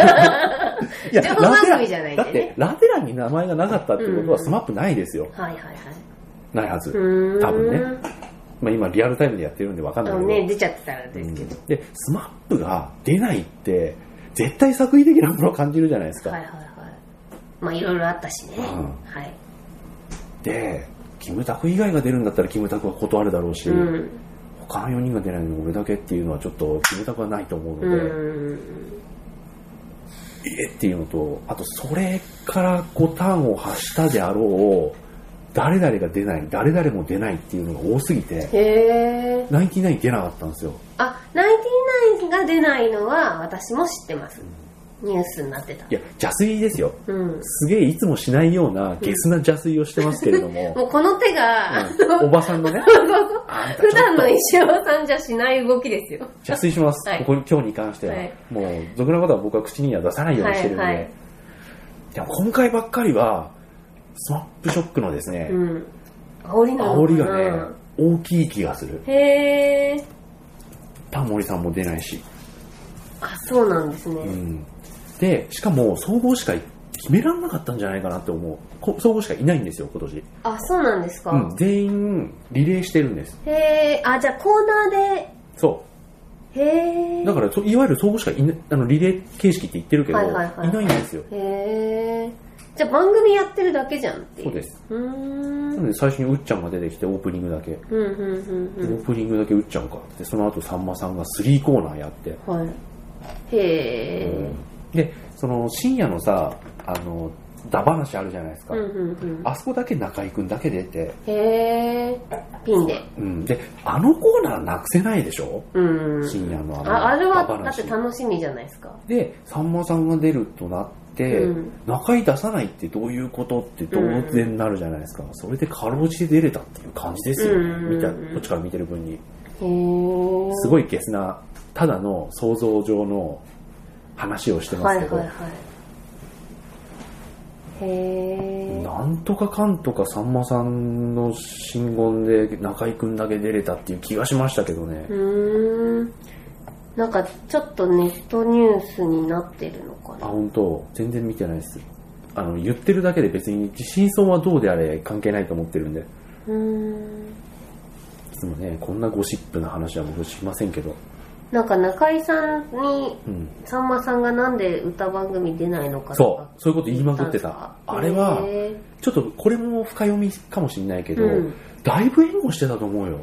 [SPEAKER 2] 情報番組じゃないんで
[SPEAKER 1] だっ
[SPEAKER 2] ね
[SPEAKER 1] て、ラテランに名前がなかったってことは、
[SPEAKER 2] うん
[SPEAKER 1] スマップないですよ。
[SPEAKER 2] はいはいはい。
[SPEAKER 1] ないはず。
[SPEAKER 2] うーん。
[SPEAKER 1] 多分ね。まあ今、リアルタイムでやってるんでわか
[SPEAKER 2] あ
[SPEAKER 1] んない
[SPEAKER 2] の
[SPEAKER 1] けど。
[SPEAKER 2] ね、出ちゃってたらですけど。
[SPEAKER 1] うんで、スマップが出ないって、絶対作為的なものを感じるじゃないですか。
[SPEAKER 2] はいはいはい。まあいろいろあったしね。
[SPEAKER 1] うん
[SPEAKER 2] はい。
[SPEAKER 1] で、キムタク以外が出るんだったら、キムタクは断るだろうし、
[SPEAKER 2] うん。
[SPEAKER 1] 他の4人が出ないのに俺だけっていうのはちょっと、キムタクはないと思うので、
[SPEAKER 2] うん。
[SPEAKER 1] えっていうのと、あとそれから5ターンを発したであろう、誰々が出ない、誰々も出ないっていうのが多すぎて、
[SPEAKER 2] へえ。
[SPEAKER 1] ナインティナイン出なかったんですよ。
[SPEAKER 2] あ、ナインティナインが出ないのは私も知ってます。ニュースになってた
[SPEAKER 1] い。や、邪推ですよ。
[SPEAKER 2] うん。
[SPEAKER 1] すげえいつもしないようなゲスな邪推をしてますけれども、
[SPEAKER 2] もうこの手が、
[SPEAKER 1] うんおばさんのね、あんたちょ
[SPEAKER 2] 普
[SPEAKER 1] っと
[SPEAKER 2] 段の石山さんじゃしない動きですよ。
[SPEAKER 1] 邪推します。
[SPEAKER 2] はい
[SPEAKER 1] ここに今日に関しては、
[SPEAKER 2] はい
[SPEAKER 1] もう俗なことは僕は口には出さないようにしてるんで、
[SPEAKER 2] はいはい
[SPEAKER 1] でも今回ばっかりは、スマップショックのですね
[SPEAKER 2] う、ん。煽りなの
[SPEAKER 1] 煽りがね、大きい気がする。
[SPEAKER 2] うんへー。
[SPEAKER 1] タモリさんも出ないし。
[SPEAKER 2] あ、そうなんですね。
[SPEAKER 1] うんでしかも総合司会決めらんなかったんじゃないかなって思うこ総合しかいないんですよ今年、
[SPEAKER 2] あそうなんですか、
[SPEAKER 1] うん、全員リレーしてるんです
[SPEAKER 2] へえあじゃあコーナー
[SPEAKER 1] そ
[SPEAKER 2] でへ
[SPEAKER 1] う
[SPEAKER 2] え
[SPEAKER 1] だからそいわゆる総合しかいなあのリレー形式って言ってるけど、
[SPEAKER 2] はいいはいはい
[SPEAKER 1] ないんですよ
[SPEAKER 2] へえじゃあ番組やってるだけじゃんっていう
[SPEAKER 1] そうです
[SPEAKER 2] うーん
[SPEAKER 1] なので最初にうっちゃんが出てきてオープニングだけ、
[SPEAKER 2] うんうんうん
[SPEAKER 1] オープニングだけうっちゃんかでその後さんまさんが3コーナーやって、
[SPEAKER 2] うんはいへえ
[SPEAKER 1] でその深夜のさあのダバなしあるじゃないですか、
[SPEAKER 2] うんうんうん
[SPEAKER 1] あそこだけ中居君だけ出て、
[SPEAKER 2] へえピンで
[SPEAKER 1] うん、であのコーナーなくせないでしょ
[SPEAKER 2] うん
[SPEAKER 1] 深夜のあの
[SPEAKER 2] ああれは
[SPEAKER 1] ダバ
[SPEAKER 2] だ
[SPEAKER 1] な
[SPEAKER 2] っ
[SPEAKER 1] して
[SPEAKER 2] 楽しみじゃないですか
[SPEAKER 1] でさんまさんが出るとなって、
[SPEAKER 2] うん
[SPEAKER 1] 中居出さないってどういうことって当然なるじゃないですか、それでかろうじて出れたっていう感じですよね、
[SPEAKER 2] うん
[SPEAKER 1] 見たこっちから見てる分に
[SPEAKER 2] へえ
[SPEAKER 1] すごいゲスなただの想像上の話をしてま
[SPEAKER 2] は
[SPEAKER 1] す
[SPEAKER 2] い
[SPEAKER 1] け
[SPEAKER 2] はい
[SPEAKER 1] ど、
[SPEAKER 2] はいへえ
[SPEAKER 1] なんとかかんとかさんまさんの真言で中居君だけ出れたっていう気がしましたけどね
[SPEAKER 2] う、ーんなんかちょっとネットニュースになってるのか
[SPEAKER 1] あ
[SPEAKER 2] な
[SPEAKER 1] 本当全然見てないですあの言ってるだけで別に真相はどうであれ関係ないと思ってるんで
[SPEAKER 2] うーん
[SPEAKER 1] いつもねこんなゴシップな話は僕しませんけど
[SPEAKER 2] なんか中居さんに
[SPEAKER 1] うん
[SPEAKER 2] さんまさんがなんで歌番組出ないのかと
[SPEAKER 1] そ
[SPEAKER 2] か
[SPEAKER 1] うそういうこと言いまくって
[SPEAKER 2] 聞
[SPEAKER 1] た
[SPEAKER 2] いんですか
[SPEAKER 1] あれは
[SPEAKER 2] へ
[SPEAKER 1] ちょっとこれも深読みかもしれないけど、
[SPEAKER 2] うん
[SPEAKER 1] だいぶ援護してたと思うよ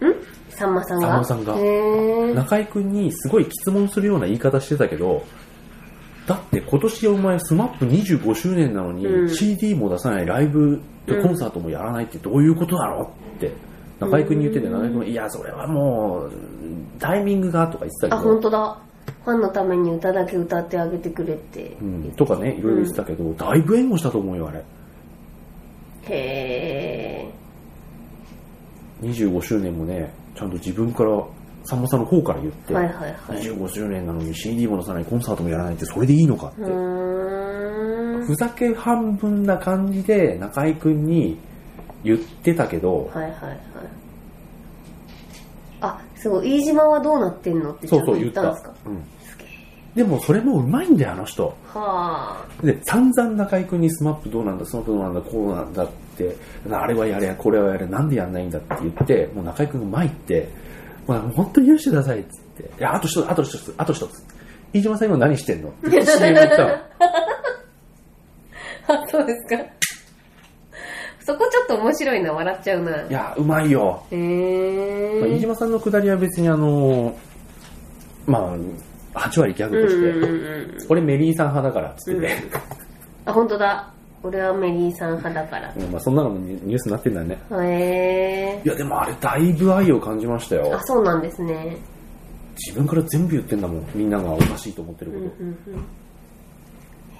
[SPEAKER 2] ーさんまさんが
[SPEAKER 1] さんまさんが
[SPEAKER 2] へー
[SPEAKER 1] 中居君にすごい質問するような言い方してたけどだって今年お前 SMAP25 周年なの
[SPEAKER 2] う
[SPEAKER 1] に
[SPEAKER 2] ん
[SPEAKER 1] CD も出さないライブ
[SPEAKER 2] うん
[SPEAKER 1] コンサートもやらないってどういうことだろうって中居君に言ってて中居君はいやそれはもうタイミングがとか言ってた
[SPEAKER 2] あ
[SPEAKER 1] け
[SPEAKER 2] 本
[SPEAKER 1] ど、
[SPEAKER 2] 当だファンのために歌だけ歌ってあげてくれって、
[SPEAKER 1] うん、とかねいろいろ言ってたけど、だいぶ援護したと思うよあれ
[SPEAKER 2] へえ
[SPEAKER 1] 25周年もねちゃんと自分からさんまさんの方から言って、
[SPEAKER 2] はいはいはい
[SPEAKER 1] 25周年なのに CD も出さないコンサートもやらないってそれでいいのかって、
[SPEAKER 2] うーん
[SPEAKER 1] ふざけ半分な感じで中居君に言ってたけど、
[SPEAKER 2] はいはいはいあすごい飯島はどうなってんのってち
[SPEAKER 1] そ
[SPEAKER 2] ゃ
[SPEAKER 1] うんそ
[SPEAKER 2] と
[SPEAKER 1] う
[SPEAKER 2] 言
[SPEAKER 1] 言っ
[SPEAKER 2] った
[SPEAKER 1] た
[SPEAKER 2] んですか
[SPEAKER 1] うん
[SPEAKER 2] すげえ
[SPEAKER 1] でもそれもうまいんだよあの人
[SPEAKER 2] はあ
[SPEAKER 1] で散々中居君に SMAP どうなんだ SMAP どうなんだこうなんだってあれはやれやこれはやれなんでやんないんだって言ってもう中居君が参って「もう本当に許してください」っつって「いやあと一つあと一つあと一つ飯島さん今何してん の?」って CM 言ったの
[SPEAKER 2] あそうですかそこちょっと面白いな笑っちゃうない
[SPEAKER 1] やうまいよ
[SPEAKER 2] へ
[SPEAKER 1] まあ、飯
[SPEAKER 2] え
[SPEAKER 1] 島さんのくだりは別にあのまあ8割ギャ
[SPEAKER 2] う
[SPEAKER 1] グ
[SPEAKER 2] ん
[SPEAKER 1] とし
[SPEAKER 2] うん
[SPEAKER 1] て、
[SPEAKER 2] うん
[SPEAKER 1] 俺メリーさん派だからっつってね、
[SPEAKER 2] あ本当だ俺はメリーさん派だからへ
[SPEAKER 1] まあそんなのもニニュースになってんだね
[SPEAKER 2] え
[SPEAKER 1] いやでもあれだいぶ愛を感じましたよ
[SPEAKER 2] あそうなんですね
[SPEAKER 1] 自分から全部言ってんだもんみんながおかしいと思ってる
[SPEAKER 2] う
[SPEAKER 1] こ
[SPEAKER 2] ん
[SPEAKER 1] と、
[SPEAKER 2] うんうん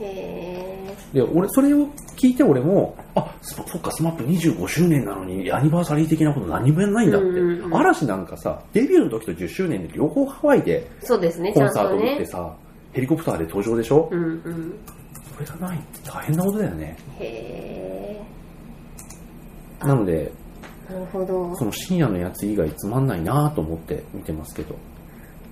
[SPEAKER 2] へ
[SPEAKER 1] で俺それを聞いて俺もあそそっか SMAP25 周年なのにアニバーサリー的なこと何もやんないんだって、
[SPEAKER 2] うんうん
[SPEAKER 1] 嵐なんかさデビューの時と10周年で両方ハワイで
[SPEAKER 2] えそうですねち
[SPEAKER 1] コ
[SPEAKER 2] ゃ
[SPEAKER 1] ン
[SPEAKER 2] ん
[SPEAKER 1] サー
[SPEAKER 2] と
[SPEAKER 1] ト打って
[SPEAKER 2] ね
[SPEAKER 1] さ、ヘリコプターで登場でしょ、
[SPEAKER 2] うんうん
[SPEAKER 1] それがないって大変なことだよね
[SPEAKER 2] へえ
[SPEAKER 1] なので
[SPEAKER 2] なるほど
[SPEAKER 1] その深夜のやつ以外つまんないなと思って見てますけど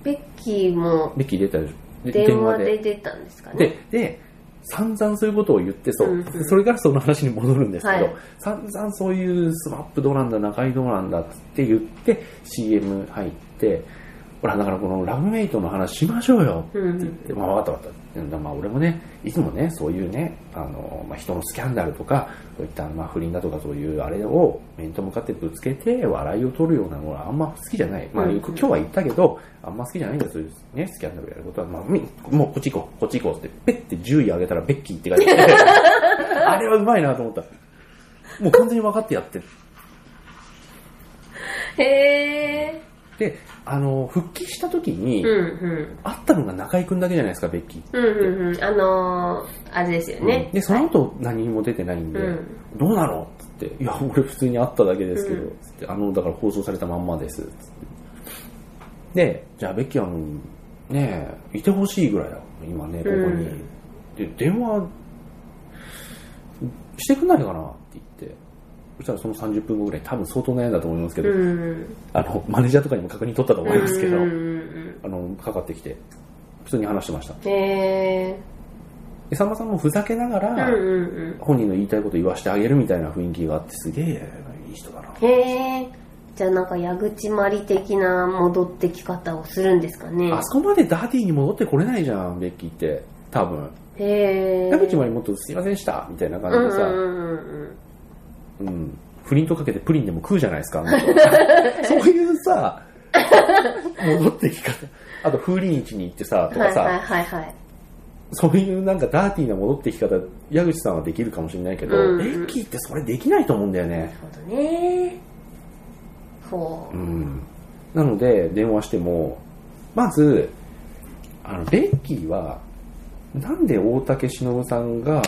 [SPEAKER 2] ベッキーも
[SPEAKER 1] ベッキー出たでしょで
[SPEAKER 2] 電話で出たんですかね
[SPEAKER 1] でで散々そういうことを言ってそう、
[SPEAKER 2] うんうん
[SPEAKER 1] それからその話に戻るんですけど、
[SPEAKER 2] はい
[SPEAKER 1] 散々そういうスマップどうなんだ中居どうなんだって言って CM 入ってほらだからこのラブメイトの話しましょうよって言って、まあ分かった分かったまあ俺もねいつもねそういうねあの、まあ、人のスキャンダルとかそういったまあ不倫だとかそういうあれを面と向かってぶつけて笑いを取るようなものはあんま好きじゃない、まあ、
[SPEAKER 2] うんうん
[SPEAKER 1] 今日は言ったけどあんま好きじゃないんだよそういうねスキャンダルやることは、まあ、みもうこっち行こうこっち行こうってペッて10位上げたらベッキーって書いてあ ってあれはうまいなと思ったもう完全に分かってやってる
[SPEAKER 2] へえ
[SPEAKER 1] であの復帰した時に、
[SPEAKER 2] うんうん
[SPEAKER 1] 会ったのが中居君だけじゃないですかベッキー
[SPEAKER 2] うんうんうんあのー、あれですよね、
[SPEAKER 1] でその後何も出てないんで、
[SPEAKER 2] うん
[SPEAKER 1] どうなのって言って「いや俺普通に会っただけですけど」
[SPEAKER 2] うん
[SPEAKER 1] つってあのだから放送されたまんまです」つってでじゃあベッキーはもうねえいてほしいぐらいだ今ねここに、
[SPEAKER 2] うん
[SPEAKER 1] で電話してくんないかなって言ってそしたらその30分後ぐらい多分相当悩んだと思いますけど、
[SPEAKER 2] うん
[SPEAKER 1] あのマネージャーとかにも確認取ったと思いますけど、
[SPEAKER 2] うんうんうん
[SPEAKER 1] あのかかってきて普通に話してました
[SPEAKER 2] へえ
[SPEAKER 1] でさんまさんもふざけなが
[SPEAKER 2] うん
[SPEAKER 1] ら、
[SPEAKER 2] うん
[SPEAKER 1] 本人の言いたいこと言わしてあげるみたいな雰囲気があってすげえいい人だな
[SPEAKER 2] うん。へえ。じゃあなんか矢口まり的な戻ってき方をするんですかね。
[SPEAKER 1] あそこまでダディに戻ってこれないじゃんベッキーって多分
[SPEAKER 2] へえ。
[SPEAKER 1] 矢口まりもっとすいませんでしたみたいな
[SPEAKER 2] う
[SPEAKER 1] 感
[SPEAKER 2] ん
[SPEAKER 1] じ
[SPEAKER 2] う
[SPEAKER 1] でさ、
[SPEAKER 2] んうんうん。
[SPEAKER 1] うん、不倫とかけてプリンでも食うじゃないですかあ の人そういうさ戻ってき方あと風鈴市に行ってさと
[SPEAKER 2] は
[SPEAKER 1] か
[SPEAKER 2] い
[SPEAKER 1] さ、
[SPEAKER 2] はいはいはい。
[SPEAKER 1] そういうなんかダーティーな戻ってき方矢口さんはできるかもしれないけど、
[SPEAKER 2] うん
[SPEAKER 1] ベッキーってそれできないと思うんだよ
[SPEAKER 2] なる
[SPEAKER 1] ね
[SPEAKER 2] ほどね。ほ
[SPEAKER 1] う
[SPEAKER 2] う。
[SPEAKER 1] んなので電話してもまずあのベッキーはなんで大竹しのぶさんが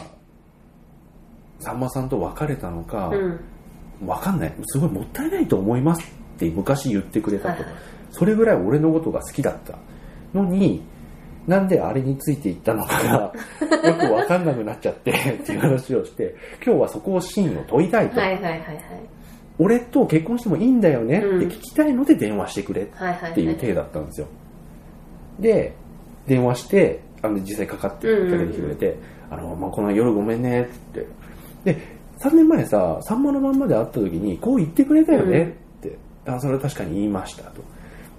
[SPEAKER 1] さんまさんと別れたのか、
[SPEAKER 2] うん。
[SPEAKER 1] わかんないすごいもったいないと思いますって昔言ってくれた
[SPEAKER 2] はい
[SPEAKER 1] と、
[SPEAKER 2] はい
[SPEAKER 1] それぐらい俺のことが好きだったのになんであれについていったのかが よくわかんなくなっちゃってっていう話をして今日はそこを真意を問いたいと、
[SPEAKER 2] はいはいはいはい。
[SPEAKER 1] 俺と結婚してもいいんだよねって
[SPEAKER 2] うん
[SPEAKER 1] 聞きたいので電話してくれっ
[SPEAKER 2] はいはいはい。
[SPEAKER 1] ていう体だったんですよで電話してあの実際かかって
[SPEAKER 2] うんう
[SPEAKER 1] か
[SPEAKER 2] ん
[SPEAKER 1] けてきてくれて「あのまあ、この夜ごめんね」ってで3年前さ「さんまのまんま」で会った時にこう言ってくれたよねって、あそれは確かに言いましたと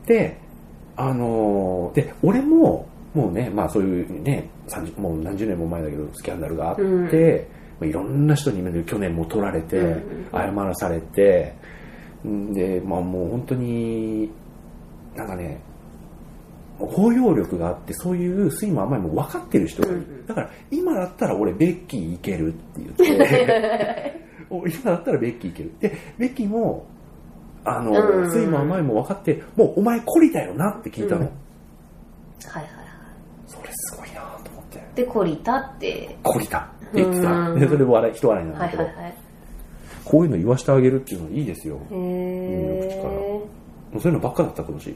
[SPEAKER 1] であのーで俺ももうねまあそういうね30もう何十年も前だけどスキャンダルがあって、
[SPEAKER 2] うん
[SPEAKER 1] まあいろんな人にね去年も取られて、
[SPEAKER 2] うん
[SPEAKER 1] 謝らされてんでまあもう本当になんかね包容力があってそういう酸いも甘いも分かってる人がいる、
[SPEAKER 2] うんうん
[SPEAKER 1] だから今だったら俺ベッキーいけるって言って お今だったらベッキーいけるでベッキーもあの、
[SPEAKER 2] うんうん
[SPEAKER 1] 酸いも甘いも分かってもうお前懲りだよなって聞いたの、
[SPEAKER 2] うんはいはいは
[SPEAKER 1] それすごいなと思って
[SPEAKER 2] い。で、懲りたって。
[SPEAKER 1] 懲りたって言ってた、
[SPEAKER 2] うん
[SPEAKER 1] でそれで笑い人笑いなん
[SPEAKER 2] は
[SPEAKER 1] だ
[SPEAKER 2] い
[SPEAKER 1] け
[SPEAKER 2] は
[SPEAKER 1] ど、
[SPEAKER 2] いはい。
[SPEAKER 1] こういうの言わしてあげるっていうのはいいですよ
[SPEAKER 2] へ
[SPEAKER 1] 口から
[SPEAKER 2] え。
[SPEAKER 1] もうそういうのばっかだった今 年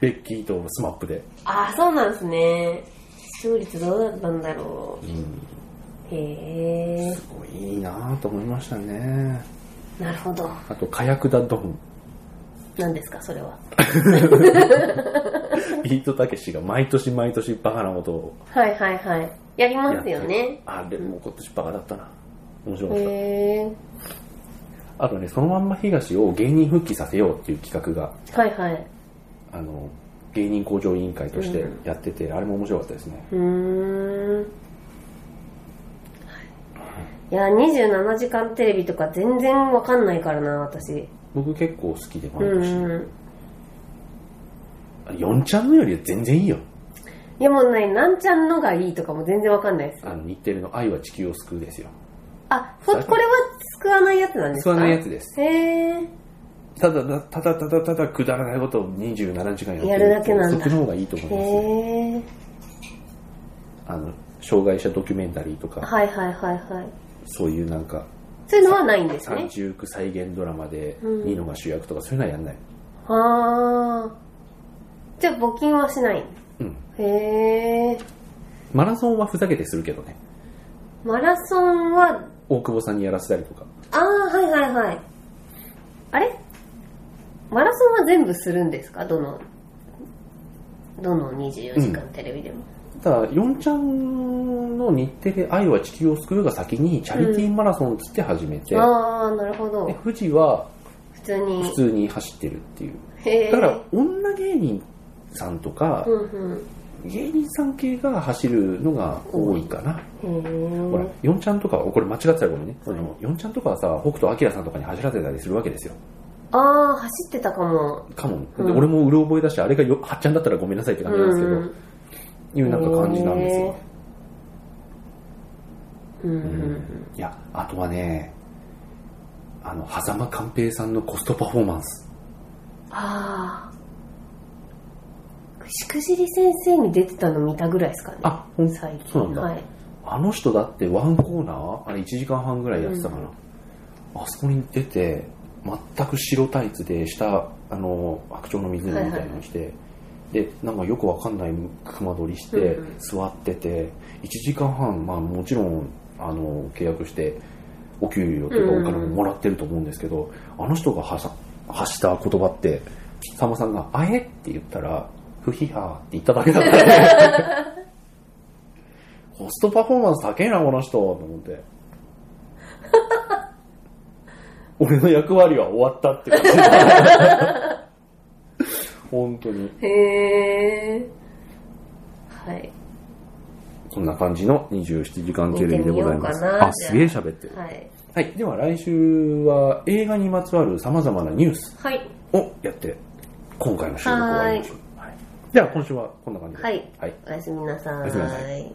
[SPEAKER 1] ベッキーとスマップで、
[SPEAKER 2] あ、そうなんですね。視聴率どうだったんだろ
[SPEAKER 1] うん、
[SPEAKER 2] う。へえ
[SPEAKER 1] す。ごいいいなと思いましたね
[SPEAKER 2] なるほど。
[SPEAKER 1] あと火薬だドン
[SPEAKER 2] 何ですか、それは。
[SPEAKER 1] ビートたけしが毎年毎年バカなことを
[SPEAKER 2] はいはいはい。やりますよ
[SPEAKER 1] やって
[SPEAKER 2] ね
[SPEAKER 1] る。あれもう今年バカだったな面白かった、
[SPEAKER 2] へえ。
[SPEAKER 1] あとねそのまんま東を芸人復帰させようっていう企画が
[SPEAKER 2] はいはい。
[SPEAKER 1] あの芸人向上委員会として
[SPEAKER 2] う
[SPEAKER 1] やってて、あれも面白かったですね
[SPEAKER 2] うーん。いや、27時間テレビとか全然わかんないからな、私。
[SPEAKER 1] 僕結構好きで
[SPEAKER 2] う
[SPEAKER 1] 毎年、
[SPEAKER 2] ん。
[SPEAKER 1] 四ちゃんのよりは全然いいよ
[SPEAKER 2] いやもうね、なんちゃんのがいいとかも全然わかんないです。
[SPEAKER 1] あの日テレの「愛は地球を救う」ですよ
[SPEAKER 2] あ、ここれは救わないやつなんです
[SPEAKER 1] 救
[SPEAKER 2] か
[SPEAKER 1] わないやつです
[SPEAKER 2] へえ。
[SPEAKER 1] ただだただただただくだらないことを27時間やって
[SPEAKER 2] やるだけなんだ
[SPEAKER 1] そっちの方がいいと思いますね
[SPEAKER 2] へえ。
[SPEAKER 1] あの障害者ドキュメンタリーとか
[SPEAKER 2] はいはいはいはい。
[SPEAKER 1] そういうなんか
[SPEAKER 2] そういうのはないんです
[SPEAKER 1] 三
[SPEAKER 2] ね。
[SPEAKER 1] 重苦再現ドラマで
[SPEAKER 2] うん
[SPEAKER 1] ニノが主役とかそういうのはやんない
[SPEAKER 2] はあ。じゃあ募金はしない。
[SPEAKER 1] うん
[SPEAKER 2] へえ。
[SPEAKER 1] マラソンはふざけてするけどね
[SPEAKER 2] マラソンは、
[SPEAKER 1] 大久保さんにやらせたりとか
[SPEAKER 2] ああ、はいはいはい。あれマラソンは全部するんですかどの、どの24時間テレビでも。
[SPEAKER 1] ただ4ちゃんの日テレ「愛は地球を救う」が先にチャリティーマラソンつって始めて、
[SPEAKER 2] ああ、なるほど
[SPEAKER 1] で。富士は
[SPEAKER 2] 普通に。
[SPEAKER 1] 普通に走ってるっていう
[SPEAKER 2] へえ。
[SPEAKER 1] だから女芸人さんとか
[SPEAKER 2] うんうん。
[SPEAKER 1] 芸人さん系が走るのが多いかな、
[SPEAKER 2] へー
[SPEAKER 1] ほら、4ちゃんとかは、これ間違ってたらごめんね。この4ちゃんとかはさ、北斗晶さんとかに走らせたりするわけですよ。
[SPEAKER 2] ああ、走ってたかも。
[SPEAKER 1] かも。
[SPEAKER 2] うん
[SPEAKER 1] で俺もうる覚えだし、あれがよ8ちゃんだったらごめんなさいって感じなんですけど、
[SPEAKER 2] うん
[SPEAKER 1] いうなんか感じなんですよね。
[SPEAKER 2] うんう
[SPEAKER 1] うん
[SPEAKER 2] ん。
[SPEAKER 1] いや、あとはね、あの、狭間寛平さんのコストパフォーマンス。
[SPEAKER 2] ああ。しくじり先生に出てたの見たぐらいですかね。
[SPEAKER 1] あ、ほん
[SPEAKER 2] 最近。
[SPEAKER 1] そうなんだ
[SPEAKER 2] はい。
[SPEAKER 1] あの人だってワンコーナーあれ1時間半ぐらいやってたかな。あそこに出て、全く白タイツで、下、あの、白鳥の湖みたいなのして、で、なんかよくわかんない熊取りして、
[SPEAKER 2] うんうん
[SPEAKER 1] 座ってて、1時間半、まあもちろん、あの、契約して、お給料というか
[SPEAKER 2] う
[SPEAKER 1] お
[SPEAKER 2] んうん
[SPEAKER 1] 金ももらってると思うんですけど、あの人が発発した言葉って、さんまさんが、あえって言ったら、不批判って言っただけだったねコストパフォーマンス高えな、この人、と思って。俺の役割は終わったって感じ。本当に。
[SPEAKER 2] へえ。はい。
[SPEAKER 1] そんな感じの27時間テレビでございま
[SPEAKER 2] 見
[SPEAKER 1] す。
[SPEAKER 2] てみようかな
[SPEAKER 1] あ、すげえ喋ってる。
[SPEAKER 2] はい。
[SPEAKER 1] はい。では来週は映画にまつわる様々なニュース
[SPEAKER 2] はい。
[SPEAKER 1] をやって、今回の収録を終わりましょう。はいでは今週はこんな感じで。
[SPEAKER 2] はい
[SPEAKER 1] はい
[SPEAKER 2] おやすみなさ
[SPEAKER 1] おやすみなさ
[SPEAKER 2] い。